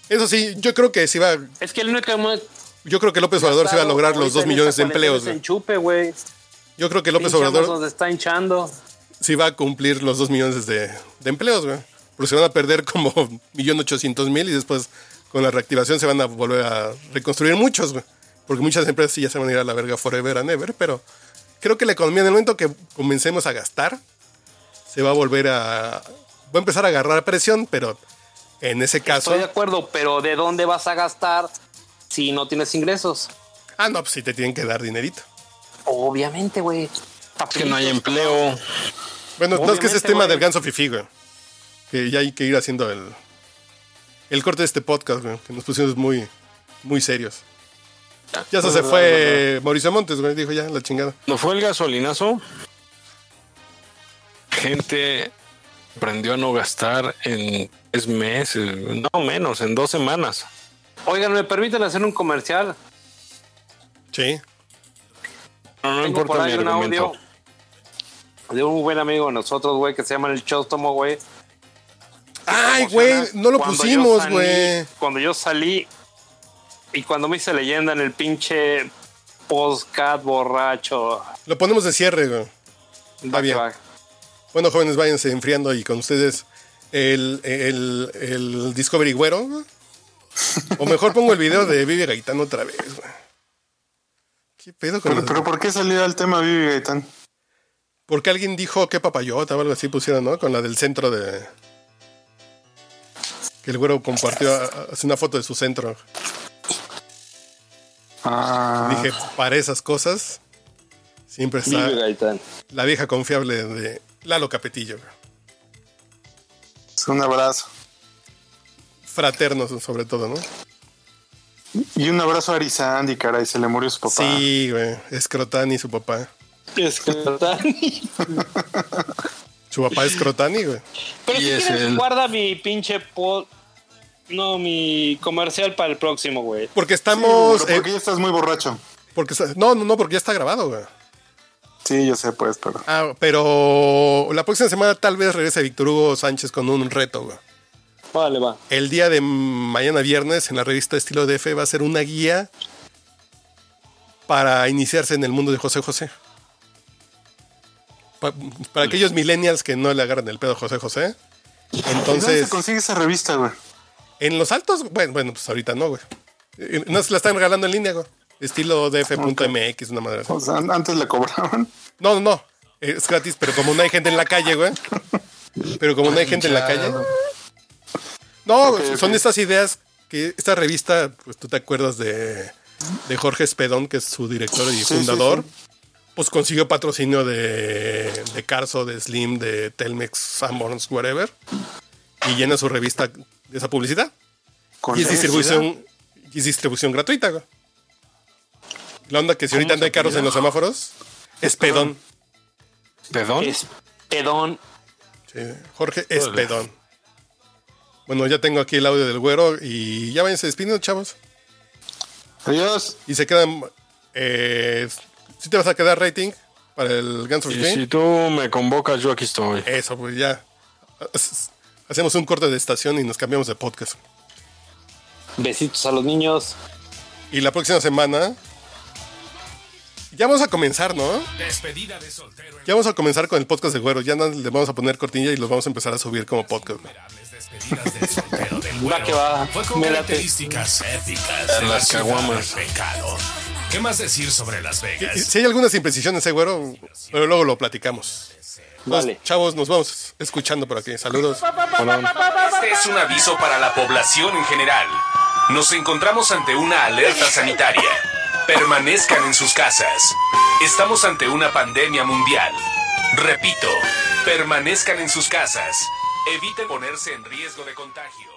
[SPEAKER 1] Eso sí, yo creo que sí va
[SPEAKER 4] Es que el único que hemos
[SPEAKER 1] Yo creo que López Obrador se va a
[SPEAKER 4] gastado
[SPEAKER 1] lograr los
[SPEAKER 4] ahorita
[SPEAKER 1] 2
[SPEAKER 4] en
[SPEAKER 1] millones de
[SPEAKER 4] esta cuarentena
[SPEAKER 1] empleos.
[SPEAKER 4] es en
[SPEAKER 1] güey.
[SPEAKER 4] chupe, güey.
[SPEAKER 1] Yo creo que López
[SPEAKER 4] Pinche Amazon
[SPEAKER 1] Obrador
[SPEAKER 4] se está hinchando.
[SPEAKER 1] sí va a cumplir los 2 millones de, de empleos, güey. Porque se van a perder como <laughs> 1.800.000 y después con la reactivación se van a volver a reconstruir muchos, güey. Porque muchas empresas sí ya se van a ir a la verga forever and ever, pero creo que la economía en el momento que comencemos a gastar se va a volver a... Va a empezar a agarrar presión, pero en ese caso...
[SPEAKER 4] Estoy de acuerdo, pero ¿de dónde vas a gastar si no tienes ingresos?
[SPEAKER 1] Ah, no, pues sí te tienen que dar dinerito.
[SPEAKER 4] Obviamente, güey.
[SPEAKER 3] Es que no hay em- empleo.
[SPEAKER 1] Bueno, no es que ese es
[SPEAKER 4] Obviamente,
[SPEAKER 1] tema
[SPEAKER 4] güey.
[SPEAKER 1] del ganso fifí, güey. Que ya hay que ir haciendo el, el corte de este podcast, güey. Que nos pusimos muy, muy serios. Ya hasta se fue Mauricio Montes, güey. Dijo ya la chingada.
[SPEAKER 3] ¿No fue el gasolinazo? Gente aprendió a no gastar en tres meses, no menos, en dos semanas.
[SPEAKER 4] Oigan, ¿me permiten hacer un comercial?
[SPEAKER 1] Sí.
[SPEAKER 3] No, no
[SPEAKER 4] Tengo por
[SPEAKER 3] importa mi
[SPEAKER 4] ahí un
[SPEAKER 3] argumento.
[SPEAKER 4] audio de un buen amigo de nosotros, güey, que se llama el Chóstomo, güey.
[SPEAKER 1] Ay,
[SPEAKER 4] Emocionas.
[SPEAKER 1] güey, no lo
[SPEAKER 4] Cuando yo
[SPEAKER 1] pusimos,
[SPEAKER 4] salí-
[SPEAKER 1] güey.
[SPEAKER 4] Cuando yo salí y cuando me hice leyenda en el pinche podcast borracho.
[SPEAKER 1] Lo ponemos de cierre, güey.
[SPEAKER 4] Va que
[SPEAKER 1] bien.
[SPEAKER 4] va.
[SPEAKER 1] Bueno, jóvenes, váyanse enfriando y con ustedes el, el, el Discovery Güero. güey. O mejor pongo el video de Vivi Gaitán otra vez, güey. ¿Qué pedo con
[SPEAKER 5] Pero,
[SPEAKER 1] las-
[SPEAKER 5] pero ¿por qué salía el tema Vivi Gaitán?
[SPEAKER 1] Porque alguien dijo que papayota o algo así pusieron, ¿no? Con la del centro de. Que el güero compartió ah, ah, hace una foto de su centro.
[SPEAKER 5] Ah,
[SPEAKER 1] Dije, para esas cosas, siempre está
[SPEAKER 4] Vive Gaitán.
[SPEAKER 1] la vieja confiable de Lalo Capetillo.
[SPEAKER 5] es un abrazo.
[SPEAKER 1] Fraternos, sobre todo, ¿no?
[SPEAKER 5] Y un abrazo a Arizandi, caray, se le murió su papá.
[SPEAKER 1] Sí, güey. Es Crotani, su papá.
[SPEAKER 4] Es que está-
[SPEAKER 1] Su papá es Crotani, güey.
[SPEAKER 4] Pero
[SPEAKER 3] Y
[SPEAKER 4] si
[SPEAKER 3] es
[SPEAKER 4] quieres,
[SPEAKER 3] el-
[SPEAKER 4] guarda mi pinche pod. No, mi comercial para el próximo, güey.
[SPEAKER 1] Porque
[SPEAKER 5] Pero
[SPEAKER 1] estamos. eh,
[SPEAKER 5] porque ya estás muy borracho.
[SPEAKER 1] porque sa- no, no, no, porque ya está grabado, güey.
[SPEAKER 5] Sí, yo sé, pues, pero.
[SPEAKER 1] Ah, pero la próxima semana tal vez regrese Víctor Hugo Sánchez con un reto, güey.
[SPEAKER 4] Vale, va.
[SPEAKER 1] El día de mañana viernes en la revista Estilo DF va a ser una guía para iniciarse en el mundo de José José. Pa- para aquellos millennials que no le agarran el pedo a José José.
[SPEAKER 5] ¿Dónde
[SPEAKER 1] Entonces,
[SPEAKER 5] se consigue esa revista, güey?
[SPEAKER 1] en los altos, bueno, bueno, pues ahorita no, güey. Eh, No se la están regalando en línea, güey. Estilo DF.mx, una madre así.
[SPEAKER 5] O sea, an- antes la cobraban.
[SPEAKER 1] No, no, no. Es gratis, pero como no hay gente en la calle, güey. Pero como no hay gente en la calle. No,
[SPEAKER 5] Ok,
[SPEAKER 1] son
[SPEAKER 5] ok.
[SPEAKER 1] estas ideas que esta revista, pues tú te acuerdas de, de Jorge Espedón, que es su director y
[SPEAKER 5] Sí,
[SPEAKER 1] fundador.
[SPEAKER 5] sí,
[SPEAKER 1] Pues consiguió patrocinio de, de Carso, de Slim, de Telmex, Sanborns, whatever. Y llena su revista de esa publicidad.
[SPEAKER 5] Con
[SPEAKER 1] Y es
[SPEAKER 5] la
[SPEAKER 1] distribución, y es distribución gratuita, güey. La onda que si ahorita no hay carros en los semáforos, es pedón.
[SPEAKER 3] ¿De dónde?
[SPEAKER 4] Es pedón.
[SPEAKER 1] Sí, Jorge Espedón. Bueno, ya tengo aquí el audio del güero y ya váyanse despidiendo, chavos.
[SPEAKER 5] Adiós.
[SPEAKER 1] Y se quedan. Eh, si te vas a quedar rating para el Guns of
[SPEAKER 3] Y
[SPEAKER 1] Spain?
[SPEAKER 3] si tú me convocas, yo aquí estoy.
[SPEAKER 1] Eso, pues ya. Haces- Hacemos un corte de estación y nos cambiamos de podcast.
[SPEAKER 4] Besitos a los niños.
[SPEAKER 1] Y la próxima semana. Ya vamos a comenzar, ¿no?
[SPEAKER 8] Despedida de soltero.
[SPEAKER 1] Ya vamos a comenzar con el podcast de güero. Ya no le vamos a poner cortinilla y los vamos a empezar a subir como podcast. güey.
[SPEAKER 8] Innumerables despedidas del soltero del
[SPEAKER 4] Va que va.
[SPEAKER 8] Fue con
[SPEAKER 4] Me late.
[SPEAKER 8] características éticas de
[SPEAKER 3] Las
[SPEAKER 8] la ciudad
[SPEAKER 3] caguamas.
[SPEAKER 8] del pecado. ¿Qué más decir sobre Las
[SPEAKER 1] Y
[SPEAKER 8] Vegas?
[SPEAKER 1] Si hay algunas imprecisiones, ese güero, pero luego lo platicamos.
[SPEAKER 4] Vale.
[SPEAKER 1] Pues, chavos, nos vamos escuchando por aquí. Saludos.
[SPEAKER 8] Este es un aviso para la población en general. Nos encontramos ante una alerta sanitaria. Permanezcan en sus casas. Estamos ante una pandemia mundial. Repito, permanezcan en sus casas. Eviten ponerse en riesgo de contagio.